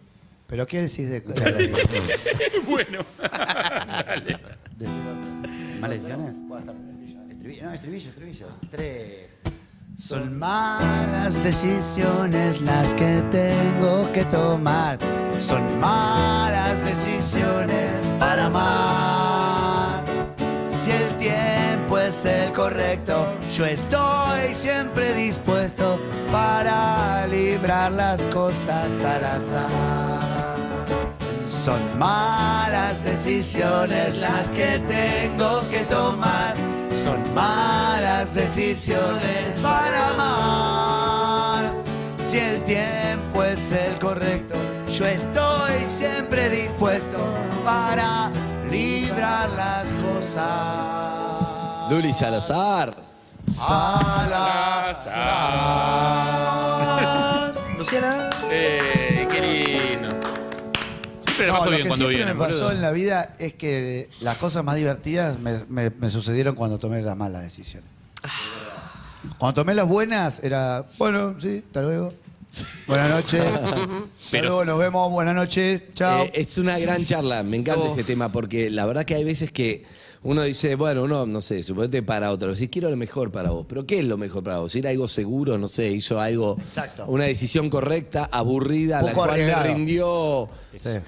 Speaker 4: Pero ¿qué decís de, de- de-
Speaker 5: bueno. Dale.
Speaker 8: ¿Malas decisiones? Estribillo, no, estribillo, estribillo. Tres.
Speaker 4: Son malas decisiones las que tengo que tomar. Son malas decisiones para amar. Si el tiempo es el correcto, yo estoy siempre dispuesto para librar las cosas al azar. Son malas decisiones las que tengo que tomar. Son malas decisiones para amar. Si el tiempo es el correcto, yo estoy siempre dispuesto para librar las cosas.
Speaker 6: Luli Salazar.
Speaker 4: Salazar.
Speaker 3: Luciana.
Speaker 5: Eh, qué lindo. Siempre la
Speaker 4: No,
Speaker 5: paso
Speaker 4: lo
Speaker 5: bien
Speaker 4: que
Speaker 5: cuando
Speaker 4: siempre
Speaker 5: viene.
Speaker 4: me pasó
Speaker 5: boludo.
Speaker 4: en la vida es que las cosas más divertidas me, me- me sucedieron cuando tomé las malas decisiones. Cuando tomé las buenas era, bueno, sí, hasta luego. Buenas noches. Hasta
Speaker 5: Pero-
Speaker 4: luego, nos vemos. Buenas noches. Chao.
Speaker 6: Eh, es una gran charla, me encanta ese tema, porque la verdad que hay veces que uno dice, bueno, uno, no sé, suponete para otro, decís, quiero lo mejor para vos, pero ¿qué es lo mejor para vos? Ir a algo seguro, no sé, hizo algo,
Speaker 4: Exacto.
Speaker 6: una decisión correcta, aburrida, a la
Speaker 4: Poco
Speaker 6: cual le
Speaker 4: arriesgado.
Speaker 6: rindió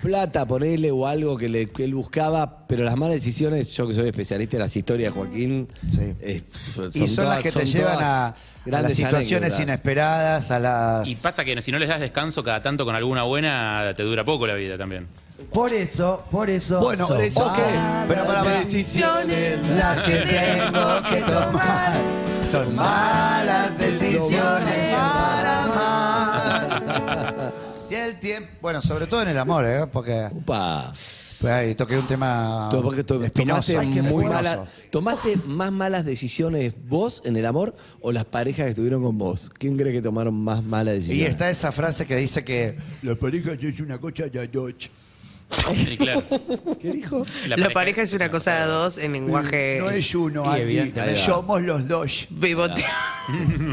Speaker 6: plata, ponele, o algo que, le- que él buscaba, pero las malas decisiones, yo que soy especialista en las historias, Joaquín,
Speaker 4: Sí.
Speaker 6: eh, son
Speaker 4: y son las
Speaker 6: todas-
Speaker 4: que
Speaker 6: son
Speaker 4: te llevan
Speaker 6: todas
Speaker 4: a, a las
Speaker 6: grandes
Speaker 4: situaciones
Speaker 6: anécdotas.
Speaker 4: inesperadas, a las...
Speaker 5: Y pasa que si no les das descanso cada tanto con alguna buena, te dura poco la vida también.
Speaker 8: Por eso, por eso.
Speaker 4: Bueno,
Speaker 8: son
Speaker 4: ok,
Speaker 8: malas
Speaker 4: pero para, para.
Speaker 6: decisiones.
Speaker 4: Las que tengo que tomar son malas decisiones para amar. Si el tiempo. Bueno, sobre todo en el amor, ¿eh? Porque.
Speaker 6: Upa.
Speaker 4: pues, ahí toqué un tema.
Speaker 6: To- porque to-
Speaker 4: espinoso.
Speaker 6: tomaste,
Speaker 4: Ay, qué
Speaker 6: muy
Speaker 4: espinoso.
Speaker 6: mala- ¿Tomaste más malas decisiones vos en el amor o las parejas que estuvieron con vos? ¿Quién cree que tomaron más malas
Speaker 4: Y
Speaker 6: decisiones?
Speaker 4: está esa frase que dice que la pareja es una cosa de dos.
Speaker 5: Sí, claro.
Speaker 6: ¿Qué dijo?
Speaker 3: La, pareja es una cosa de dos en lenguaje
Speaker 4: No es uno,
Speaker 8: Y
Speaker 4: Andy.
Speaker 8: evidentemente-
Speaker 4: Somos los dos.
Speaker 3: biboteo.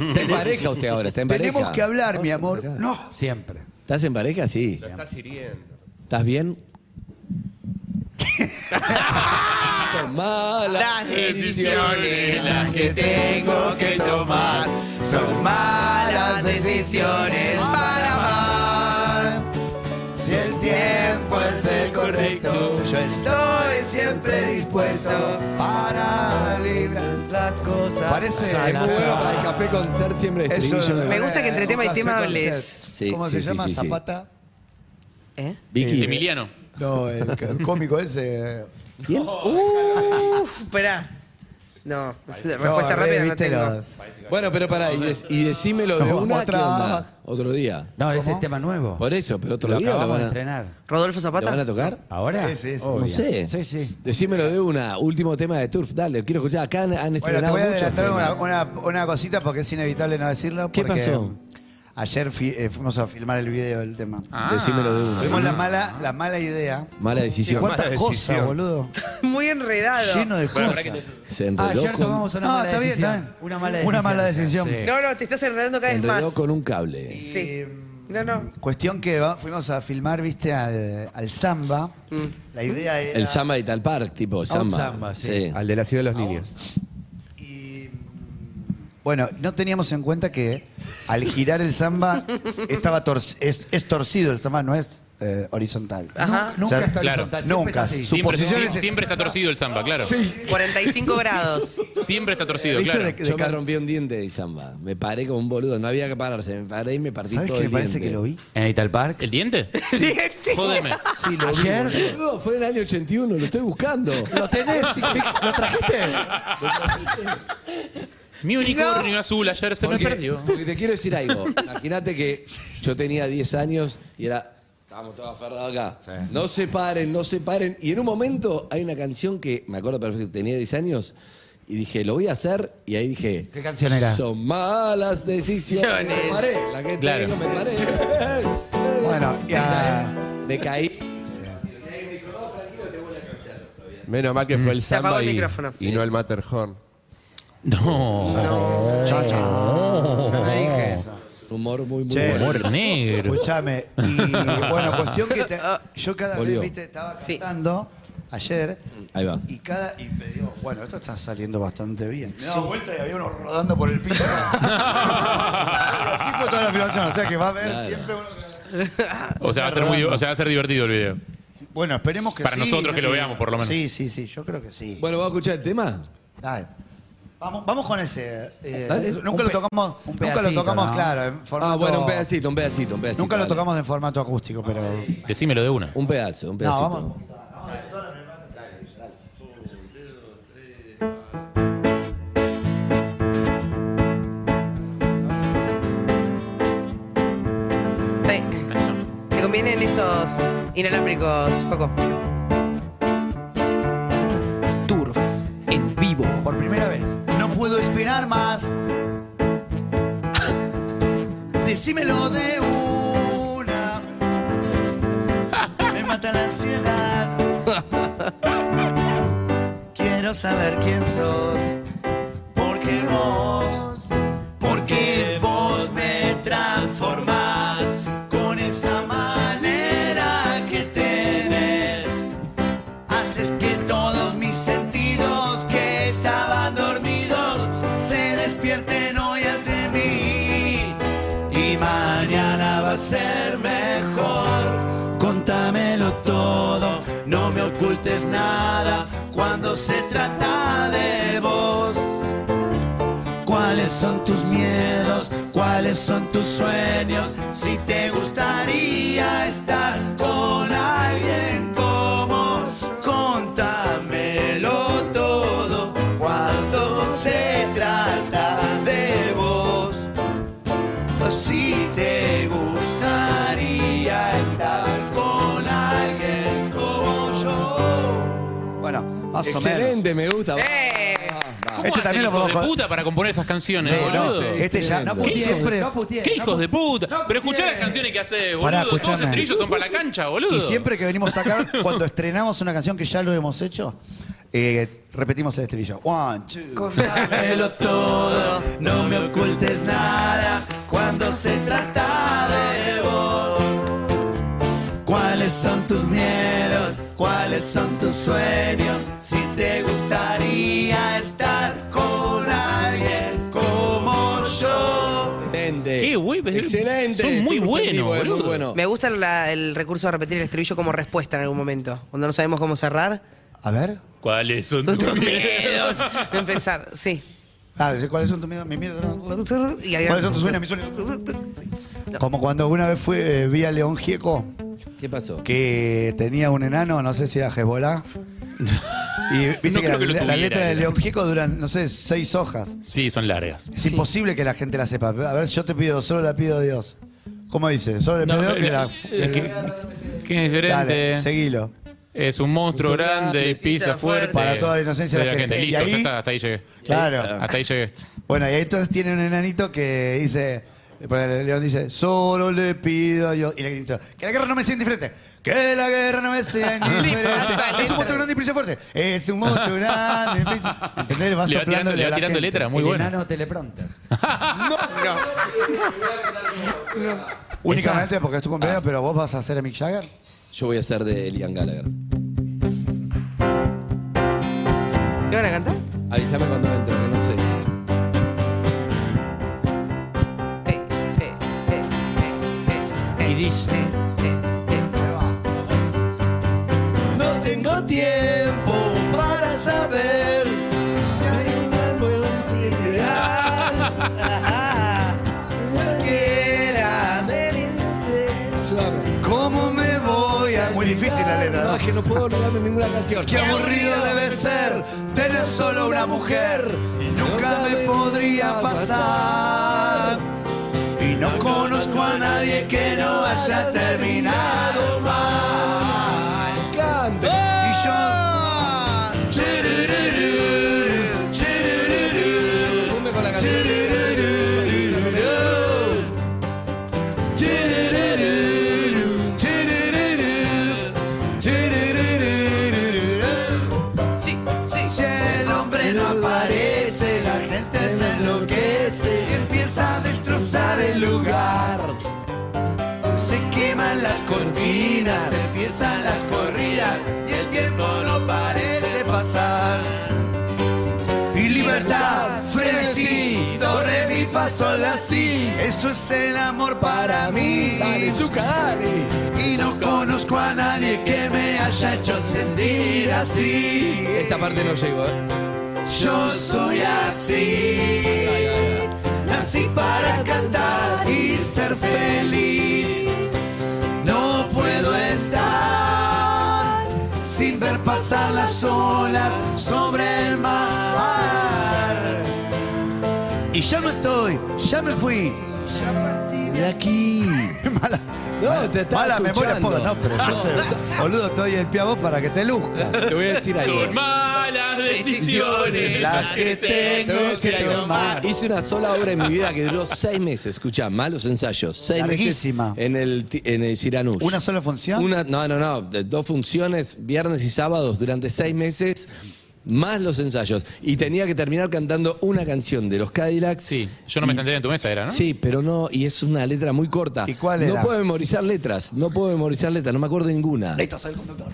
Speaker 6: ¿Está en pareja usted ahora? ¿Está en pareja?
Speaker 4: Tenemos que hablar, mi amor. No.
Speaker 8: Siempre.
Speaker 6: ¿Estás en pareja? Sí.
Speaker 7: Lo estás hiriendo.
Speaker 6: ¿Estás bien? Son malas
Speaker 3: Las decisiones
Speaker 6: las
Speaker 4: que tengo que tomar son malas decisiones para amar. Si el tiempo es el correcto, yo estoy siempre dispuesto para librar las cosas. Parece
Speaker 6: Es muy bueno para el café con ser siempre estribillo.
Speaker 3: Me gusta que entre tema y tema hables.
Speaker 6: Sí,
Speaker 4: ¿Cómo
Speaker 6: sí,
Speaker 4: se
Speaker 6: sí,
Speaker 4: llama?
Speaker 6: sí, sí.
Speaker 4: Zapata.
Speaker 3: ¿Eh?
Speaker 6: Vicky.
Speaker 5: Emiliano.
Speaker 4: No, el, c- el cómico ese.
Speaker 6: ¿Quién?
Speaker 7: Oh.
Speaker 3: Uf, esperá. No, respuesta
Speaker 4: No,
Speaker 3: rápida no
Speaker 4: viste
Speaker 3: tengo.
Speaker 4: los-
Speaker 6: Bueno, pero pará, y, des- y decímelo de
Speaker 4: Nos
Speaker 6: una
Speaker 4: vamos
Speaker 6: ¿qué
Speaker 4: atrás.
Speaker 6: onda? Otro día.
Speaker 8: No, ese es tema nuevo.
Speaker 6: Por eso, pero otro
Speaker 8: Lo
Speaker 6: día lo
Speaker 8: acabamos
Speaker 6: van
Speaker 8: de
Speaker 6: a,
Speaker 8: entrenar.
Speaker 3: ¿Rodolfo
Speaker 6: ¿lo van a
Speaker 3: Zapata?
Speaker 6: tocar.
Speaker 8: ¿Ahora?
Speaker 4: Sí, sí, sí.
Speaker 8: Obvio.
Speaker 6: No sé.
Speaker 8: Sí, sí.
Speaker 6: Decímelo de una. Último tema de Turf, dale, quiero escuchar. Acá han, han
Speaker 4: Bueno, te
Speaker 6: estrenado
Speaker 4: voy a
Speaker 6: muchos
Speaker 4: adelantar una,
Speaker 6: temas.
Speaker 4: una- una cosita porque es inevitable no decirlo.
Speaker 6: ¿Qué
Speaker 4: porque
Speaker 6: pasó?
Speaker 4: Ayer fi- eh, fuimos a filmar el video del tema.
Speaker 6: Ah. Decímelo de una.
Speaker 4: Tuvimos la mala, la mala idea.
Speaker 6: Mala Ah. decisión.
Speaker 4: ¿Cuántas
Speaker 7: mala
Speaker 4: cosas,
Speaker 7: decisión.
Speaker 4: boludo?
Speaker 3: Muy enredado.
Speaker 4: Lleno de cosas.
Speaker 6: Se enredó,
Speaker 8: Ah, Ayer
Speaker 6: con,
Speaker 8: tomamos una
Speaker 4: No,
Speaker 8: mala
Speaker 4: está bien,
Speaker 8: decisión.
Speaker 4: está bien.
Speaker 8: Una mala decisión.
Speaker 4: Una mala decisión.
Speaker 8: Sí.
Speaker 3: No, no, te estás enredando
Speaker 6: se
Speaker 3: cada vez
Speaker 6: enredó
Speaker 3: más.
Speaker 6: con un cable.
Speaker 3: Sí. No, no.
Speaker 4: Cuestión que va- fuimos a filmar, viste, al, al samba. La idea era.
Speaker 6: Mm. El samba de Tal Park, tipo samba.
Speaker 8: samba, sí.
Speaker 7: Al de la ciudad de los niños.
Speaker 4: Y, mm, bueno, no teníamos en cuenta que al girar el samba estaba tor- es, es torcido el samba, no es eh, horizontal.
Speaker 3: Ajá.
Speaker 4: O sea,
Speaker 8: Nunca está
Speaker 5: Claro.
Speaker 8: horizontal, siempre
Speaker 4: Nunca.
Speaker 8: está así.
Speaker 4: Su
Speaker 5: Siempre,
Speaker 4: posición
Speaker 5: siempre-
Speaker 4: es-
Speaker 5: siempre está torcido el samba, claro.
Speaker 3: 45 grados.
Speaker 5: Siempre está torcido,
Speaker 4: ¿Viste
Speaker 5: claro.
Speaker 4: de que-
Speaker 6: Yo me rompí un diente de samba. Me paré como un boludo. No había que pararse. Me paré y me partí
Speaker 4: ¿Sabes
Speaker 6: todo
Speaker 4: que me
Speaker 6: el
Speaker 4: parece
Speaker 6: diente.
Speaker 4: que lo vi?
Speaker 8: ¿En Ital Park?
Speaker 5: ¿El diente?
Speaker 3: Siete.
Speaker 5: Jódeme.
Speaker 4: Sí, lo vi.
Speaker 8: Ayer.
Speaker 6: Boludo, fue en el año 81. Lo estoy buscando.
Speaker 8: ¿Lo tenés? ¿Lo trajiste?
Speaker 5: Mi unicornio azul ayer se me perdió.
Speaker 6: Porque te quiero decir algo. Imagínate que yo tenía 10 años y era. Estábamos todos aferrados acá. No se paren, no se paren. Y en un momento hay una canción que me acuerdo perfecto, tenía 10 años. Y dije, lo voy a hacer. Y ahí dije.
Speaker 8: ¿Qué canción era?
Speaker 6: Son malas decisiones. Me paré. La que
Speaker 5: Claro.
Speaker 6: tengo, me paré.
Speaker 4: Bueno, ya.
Speaker 6: Me caí.
Speaker 7: Menos mal que fue el
Speaker 3: Se apagó
Speaker 7: samba
Speaker 3: el
Speaker 7: y,
Speaker 3: micrófono.
Speaker 7: y no el Matterhorn.
Speaker 4: Chao, chao.
Speaker 6: Humor muy, muy
Speaker 4: Che.
Speaker 6: bueno.
Speaker 5: Humor negro.
Speaker 4: Escuchame. Y bueno, cuestión que te- yo cada
Speaker 6: Volvió.
Speaker 4: vez, viste, estaba
Speaker 3: Sí.
Speaker 4: cantando ayer.
Speaker 6: Ahí va.
Speaker 4: Y cada. Y me digo, bueno, esto está saliendo bastante bien. Me daba vuelta y había uno rodando por el piso. Así fue toda la filmación. O sea que va a haber siempre uno.
Speaker 5: O sea, va a ser muy, o sea, va a ser divertido el video.
Speaker 4: que- Bueno, esperemos que
Speaker 5: Para
Speaker 4: sí,
Speaker 5: nosotros que lo
Speaker 4: eh,
Speaker 5: veamos, por lo menos.
Speaker 4: Sí, sí, sí. Yo creo que sí.
Speaker 6: Bueno, ¿vamos a escuchar el tema?
Speaker 4: Dale. Vamos, vamos con ese. eh,
Speaker 6: Dale.
Speaker 4: nunca
Speaker 8: Un
Speaker 4: lo
Speaker 8: pe-
Speaker 4: tocamos,
Speaker 8: un
Speaker 4: nunca lo
Speaker 8: pedacito,
Speaker 4: tocamos,
Speaker 8: ¿no?
Speaker 4: claro, en formato.
Speaker 6: Ah, bueno, un pedacito, un pedacito, un pedacito.
Speaker 4: Nunca lo
Speaker 6: dale.
Speaker 4: tocamos en formato acústico, pero.
Speaker 5: Decímelo de una.
Speaker 6: Un pedazo, un
Speaker 4: No,
Speaker 6: pedacito.
Speaker 4: vamos.
Speaker 3: Sí. Te convienen esos inalámbricos, Paco. Turf en vivo.
Speaker 8: Por primera vez.
Speaker 4: No puedo esperar más. Decímelo de una. la ansiedad. Quiero saber quién sos, porque vos, porque vos me transformás con esa manera que tenés. Haces que todos mis sentidos que estaban dormidos se despierten hoy ante mí. Y mañana va a ser mejor. Contámelo todo, no me ocultes nada cuando se trata de vos. ¿Cuáles son tus miedos? ¿Cuáles son tus sueños? Si te gustaría estar con alguien como, contámelo todo cuando se trata de vos. Si te gustaría estar con alguien como yo. Bueno, más
Speaker 6: Excelente, me gusta. Ah,
Speaker 3: ¡Eh!
Speaker 5: ¿Cómo
Speaker 4: Este
Speaker 5: hacen
Speaker 4: también lo
Speaker 5: hijos de
Speaker 4: podemos-
Speaker 5: puta para componer esas canciones,
Speaker 4: Sí, no,
Speaker 5: boludo?
Speaker 4: este ya
Speaker 6: No
Speaker 5: putee,
Speaker 4: siempre
Speaker 5: ¿Qué hijos de puta? Pero escuchá las canciones que hace, boludo.
Speaker 4: Pará,
Speaker 5: Todos los
Speaker 4: escuchame.
Speaker 5: estribillos son para la cancha, boludo.
Speaker 4: Y siempre que venimos acá, cuando estrenamos una canción que ya lo hemos hecho, eh, repetimos el estribillo. One, two. Contámelo todo, no me ocultes nada cuando se trata de vos. ¿Cuáles son tus miedos? ¿Cuáles son tus sueños? Si te gustaría estar con alguien como yo.
Speaker 6: Excelente.
Speaker 5: Qué güey, pero
Speaker 6: Excelente.
Speaker 5: son muy
Speaker 6: Turf
Speaker 5: buenos,
Speaker 6: en vivo, es muy
Speaker 5: boludo.
Speaker 6: bueno.
Speaker 3: Me gusta la- el recurso de repetir el estribillo como respuesta en algún momento. Cuando no sabemos cómo cerrar,
Speaker 4: A ver.
Speaker 5: ¿Cuáles son
Speaker 3: son
Speaker 5: tus
Speaker 3: tus miedos. Empezar, sí.
Speaker 4: Ah, ¿cuáles son tus miedos? Mis miedos son-
Speaker 3: Y ahí-
Speaker 4: ¿Cuáles son tus sueños? Mis sueños.
Speaker 3: Sí. No.
Speaker 4: Como cuando una vez fui, eh, vi a León Gieco,
Speaker 6: ¿Qué pasó?
Speaker 4: que tenía un enano, no sé si era Hezbollah. Y viste
Speaker 5: No
Speaker 4: que,
Speaker 5: creo
Speaker 4: la,
Speaker 5: que lo
Speaker 4: la
Speaker 5: tuviera,
Speaker 4: letra de
Speaker 5: era.
Speaker 4: León Gieco duran, no sé, seis hojas.
Speaker 5: Sí, son largas.
Speaker 4: Es imposible que la gente la sepa. A ver, yo te pido, solo la pido a Dios. ¿Cómo dice? Solo le pido a Dios que la.
Speaker 5: eh, es que, que es diferente.
Speaker 4: Dale, seguilo.
Speaker 5: es un monstruo
Speaker 6: Es un
Speaker 5: grande y
Speaker 6: grande,
Speaker 5: pisa
Speaker 3: pisa
Speaker 5: fuerte.
Speaker 3: fuerte.
Speaker 4: Para toda la inocencia de la gente.
Speaker 5: Listo,
Speaker 4: Y
Speaker 5: ya
Speaker 4: ahí-
Speaker 5: está, hasta ahí llegué.
Speaker 4: Claro.
Speaker 5: Hasta ahí llegué.
Speaker 4: Bueno, y ahí entonces tiene un enanito que dice. ponele, León dice, solo le pido a Dios. Y le grita, que la guerra no me sea indiferente. Que la guerra no me sea indiferente.
Speaker 3: pasa
Speaker 4: es un monstruo grande y prisa fuerte. Es un monstruo grande y prisa. ¿Entendés? Vas
Speaker 5: Le va tirando,
Speaker 4: soplándole
Speaker 5: le
Speaker 4: a
Speaker 5: va
Speaker 4: la
Speaker 5: tirando
Speaker 4: gente.
Speaker 5: letra, muy
Speaker 8: El
Speaker 5: bueno.
Speaker 8: enano teleprompter.
Speaker 4: Únicamente porque es tu cumpleaños,
Speaker 5: Ah.
Speaker 4: pero vos vas a hacer a Mick Jagger.
Speaker 6: Yo voy a ser de Liam Gallagher.
Speaker 3: ¿Qué van a cantar?
Speaker 6: Avísame cuando entro, que no sé.
Speaker 3: Eh, eh, eh, eh, eh, eh,
Speaker 5: Y dice-
Speaker 3: eh, eh, eh.
Speaker 6: No tengo tiempo para saber si hay una oportunidad.
Speaker 4: Cualquiera
Speaker 6: Ayúdame.
Speaker 4: ¿Cómo me voy a.? Muy difícil la letra,
Speaker 6: No, es que no puedo olvidarme ninguna canción.
Speaker 4: Qué aburrido debe ser tener solo una mujer. Y nunca me podría pasar. Y no conozco a nadie que no haya terminado mal.
Speaker 6: Canta.
Speaker 4: Y yo. Chirururú, chirururú,
Speaker 6: Ponme con la canción.
Speaker 4: chirururú, chirururú, chirururú, chirururú.
Speaker 3: Sí, sí.
Speaker 4: Si el hombre no aparece, la gente se enloquece y empieza a destrozar el lugar. Se queman las cortinas, empiezan las corridas y el tiempo no parece pasar. Y libertad, frenesí, torre, mi fa, sol, la, si. Eso es el amor para mí.
Speaker 6: Dale, Zuka, dale.
Speaker 4: Y no conozco a nadie que me haya hecho sentir así.
Speaker 6: Esta parte no llegó, ¿eh?
Speaker 4: Yo soy así, nací para cantar y ser feliz. No puedo estar sin ver pasar las olas sobre el mar. Y ya no estoy, ya me fui, ya partí
Speaker 6: Mirá aquí.
Speaker 4: Mala,
Speaker 6: No, te estaba
Speaker 4: mala memoria
Speaker 6: escuchando. Ah.
Speaker 4: puedo. No, pero yo te, boludo, estoy el piabo para que te luzcas.
Speaker 6: Te voy a decir algo.
Speaker 5: Son malas decisiones
Speaker 4: Las que tengo que tomar.
Speaker 6: Hice una sola obra en mi vida que duró seis meses. Escuchá, malos ensayos. Seis
Speaker 4: Larguísima.
Speaker 6: meses en el, ti- en el Siranush.
Speaker 4: ¿Una sola función?
Speaker 6: Una- no, no, no. de- Dos funciones, viernes y sábados, durante seis meses, más los ensayos. Y tenía que terminar cantando una canción de los Cadillacs.
Speaker 5: Sí, yo no me senté en tu mesa, era, ¿no?
Speaker 6: Sí, pero no, y es una letra muy corta.
Speaker 4: ¿Y cuál era?
Speaker 6: No puedo memorizar letras, no puedo memorizar letras, no me acuerdo ninguna.
Speaker 5: Eh,
Speaker 4: Listo, soy el conductor.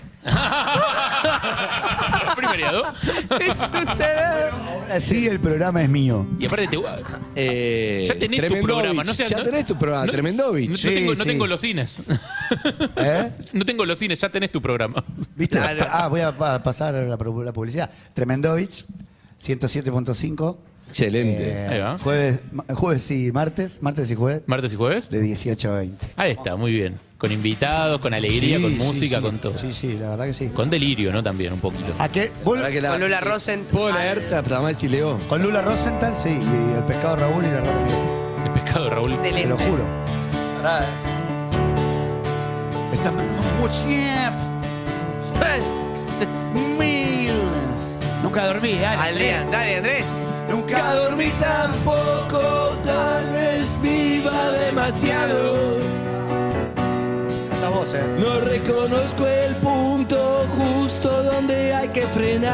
Speaker 5: Primereado.
Speaker 3: Es un tarado.
Speaker 4: Ahora sí, el programa es mío.
Speaker 5: Y aparte te
Speaker 6: Eh,
Speaker 5: Ya tenés tu
Speaker 6: Tremendovich,
Speaker 5: programa, no seas-
Speaker 6: Ya
Speaker 5: no-
Speaker 6: tenés tu programa,
Speaker 5: no-
Speaker 6: Tremendovich.
Speaker 5: No,
Speaker 4: Sí,
Speaker 5: tengo, no
Speaker 4: sí.
Speaker 5: tengo los cines.
Speaker 4: ¿Eh?
Speaker 5: No tengo los cines, ya tenés tu programa.
Speaker 4: ¿Viste? Ah, voy a pa- pasar la, pro- la publicidad. Tremendovich, 107.5.
Speaker 6: Excelente.
Speaker 4: Eh,
Speaker 5: Ahí va.
Speaker 4: jueves, ma- jueves y martes, martes y jueves,
Speaker 5: ¿Martes y jueves?
Speaker 4: de 18 a 20.
Speaker 5: Ahí está, muy bien. Con invitados, con alegría,
Speaker 4: Sí,
Speaker 5: con
Speaker 4: sí,
Speaker 5: música,
Speaker 4: sí.
Speaker 5: con todo.
Speaker 4: Sí, sí, la verdad que sí.
Speaker 5: Con delirio, ¿no? También un poquito.
Speaker 6: Ah.
Speaker 4: ¿A qué? Vol-
Speaker 6: Ahora que
Speaker 3: Con Lula Rosen.
Speaker 6: ¿Puedo leerte a Tamar si leo?
Speaker 4: Con Lula Rosenthal, sí, y el pescado Raúl y la rata Miguel,
Speaker 5: El pescado de Raúl.
Speaker 4: te lo
Speaker 3: Excelente.
Speaker 4: juro. eh. Estás mandando un WhatsApp, mil.
Speaker 5: Nunca dormí,
Speaker 3: Aldea, dale, Andrés.
Speaker 6: Nunca dormí tampoco, tal vez viva demasiado.
Speaker 4: Estás vos, eh.
Speaker 6: No reconozco el punto justo donde hay que frenar.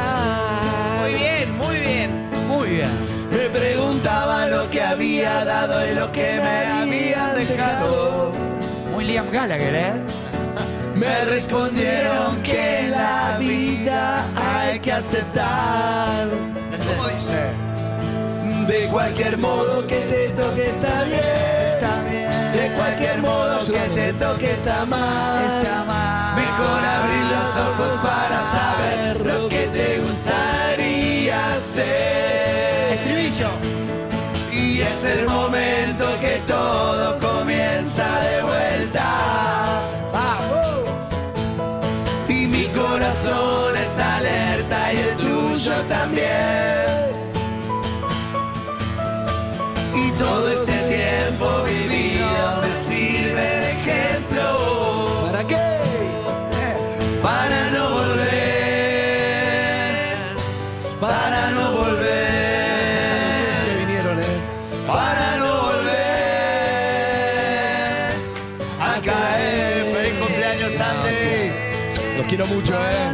Speaker 3: Muy bien, muy bien.
Speaker 8: Muy bien.
Speaker 6: Me preguntaba lo que había dado y lo que me habían dejado.
Speaker 8: Muy Liam Gallagher, ¿eh?
Speaker 6: Me respondieron que la vida hay que aceptar.
Speaker 4: ¿Cómo dice?
Speaker 6: De cualquier modo que te toque está bien.
Speaker 4: Está bien.
Speaker 6: De cualquier modo que te toque está mal.
Speaker 4: Está mal.
Speaker 6: Mejor abrir los ojos para saber lo que te gustaría hacer.
Speaker 4: Estribillo.
Speaker 6: Y es el momento que todo comienza de vuelta. Y mi corazón está alerta y el tuyo también. Y todo este tiempo vivido me sirve de ejemplo. ¿Para qué? Para no volver. Para no volver. Para no volver. A caer. Feliz cumpleaños, Andy. Los quiero mucho, eh.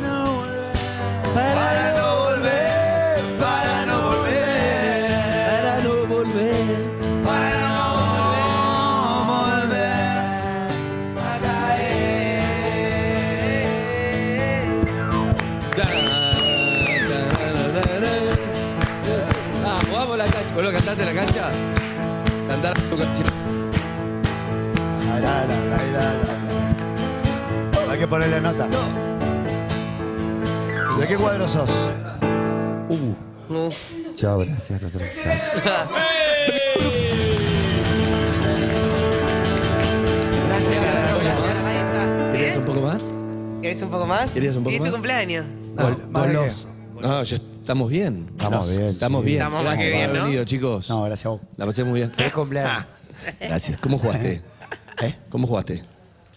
Speaker 6: Para no volver, para no volver, para no volver, para no volver a caer. Ah, jugamos la cancha. ¿Vos lo cantaste en la cancha? Cantar tu canción.
Speaker 4: Hay que ponerle nota. ¿De qué cuadro sos?
Speaker 8: Chao, gracias. hasta otra vez. Chao.
Speaker 6: ¿Querías un poco más?
Speaker 3: ¿Quieres un poco más?
Speaker 6: ¿Querés un poco
Speaker 3: ¿Y
Speaker 6: más?
Speaker 3: tu cumpleaños?
Speaker 4: Gol-
Speaker 6: más de
Speaker 4: goloso.
Speaker 6: Ah, No, ya estamos bien.
Speaker 4: Estamos bien,
Speaker 6: Estamos
Speaker 4: sí.
Speaker 6: bien.
Speaker 3: Estamos más
Speaker 6: Gracias
Speaker 3: que
Speaker 6: por
Speaker 3: bien,
Speaker 6: haber
Speaker 3: ¿no?
Speaker 6: venido, chicos.
Speaker 4: No, gracias a vos.
Speaker 6: La pasé muy bien. Ah.
Speaker 8: Feliz cumpleaños.
Speaker 6: Gracias. ¿Cómo jugaste?
Speaker 4: ¿Eh?
Speaker 6: ¿Cómo jugaste?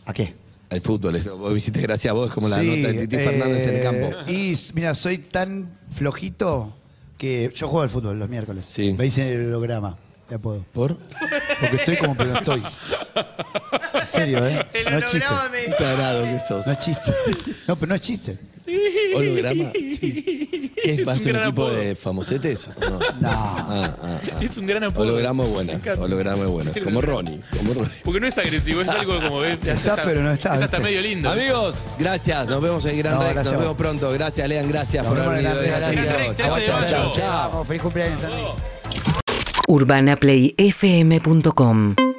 Speaker 4: ¿A qué?
Speaker 6: Al fútbol. Esto, Vos hiciste gracias a vos, como la
Speaker 4: Sí,
Speaker 6: nota de Titi
Speaker 4: eh,
Speaker 6: Fernández en el campo.
Speaker 4: Y mira, soy tan flojito que yo juego al fútbol los miércoles.
Speaker 6: Sí.
Speaker 4: Me dicen el holograma, te apodo.
Speaker 6: ¿Por?
Speaker 4: Porque estoy como pero estoy. En serio, ¿eh?
Speaker 3: El
Speaker 4: No es chiste.
Speaker 3: holograma me-
Speaker 6: Tarado que sos.
Speaker 4: No es chiste. No, pero no es chiste.
Speaker 6: Holograma. ¿Qué es,
Speaker 5: Es
Speaker 6: más
Speaker 5: un
Speaker 6: un,
Speaker 5: gran
Speaker 6: equipo
Speaker 5: apodo.
Speaker 6: de famosetes? ¿o no?
Speaker 4: No.
Speaker 6: Ah, ah, ah.
Speaker 5: Es un gran apodo.
Speaker 6: Holograma es
Speaker 5: Me
Speaker 6: buena.
Speaker 5: encanta.
Speaker 6: Holograma es buena. Como Ronnie. Como Ronnie.
Speaker 5: Porque no es agresivo, es algo como. ves, ya
Speaker 4: Está, pero no está,
Speaker 5: Está hasta
Speaker 4: ¿viste?
Speaker 5: medio lindo.
Speaker 6: Amigos, gracias. Nos vemos en Gran
Speaker 4: No,
Speaker 6: Rex.
Speaker 4: gracias a
Speaker 6: Nos
Speaker 4: vos.
Speaker 6: vemos pronto. Gracias, Lean. Gracias
Speaker 4: Nos
Speaker 6: por haber
Speaker 4: vemos
Speaker 6: venido.
Speaker 4: en Gran Rex.
Speaker 6: Gracias.
Speaker 5: Gran Rex,
Speaker 6: Chao,
Speaker 5: 13 de
Speaker 6: chao, chao,
Speaker 5: mayo.
Speaker 6: chao.
Speaker 8: Vamos, feliz cumpleaños. Andy.
Speaker 9: urbanaplayfm.com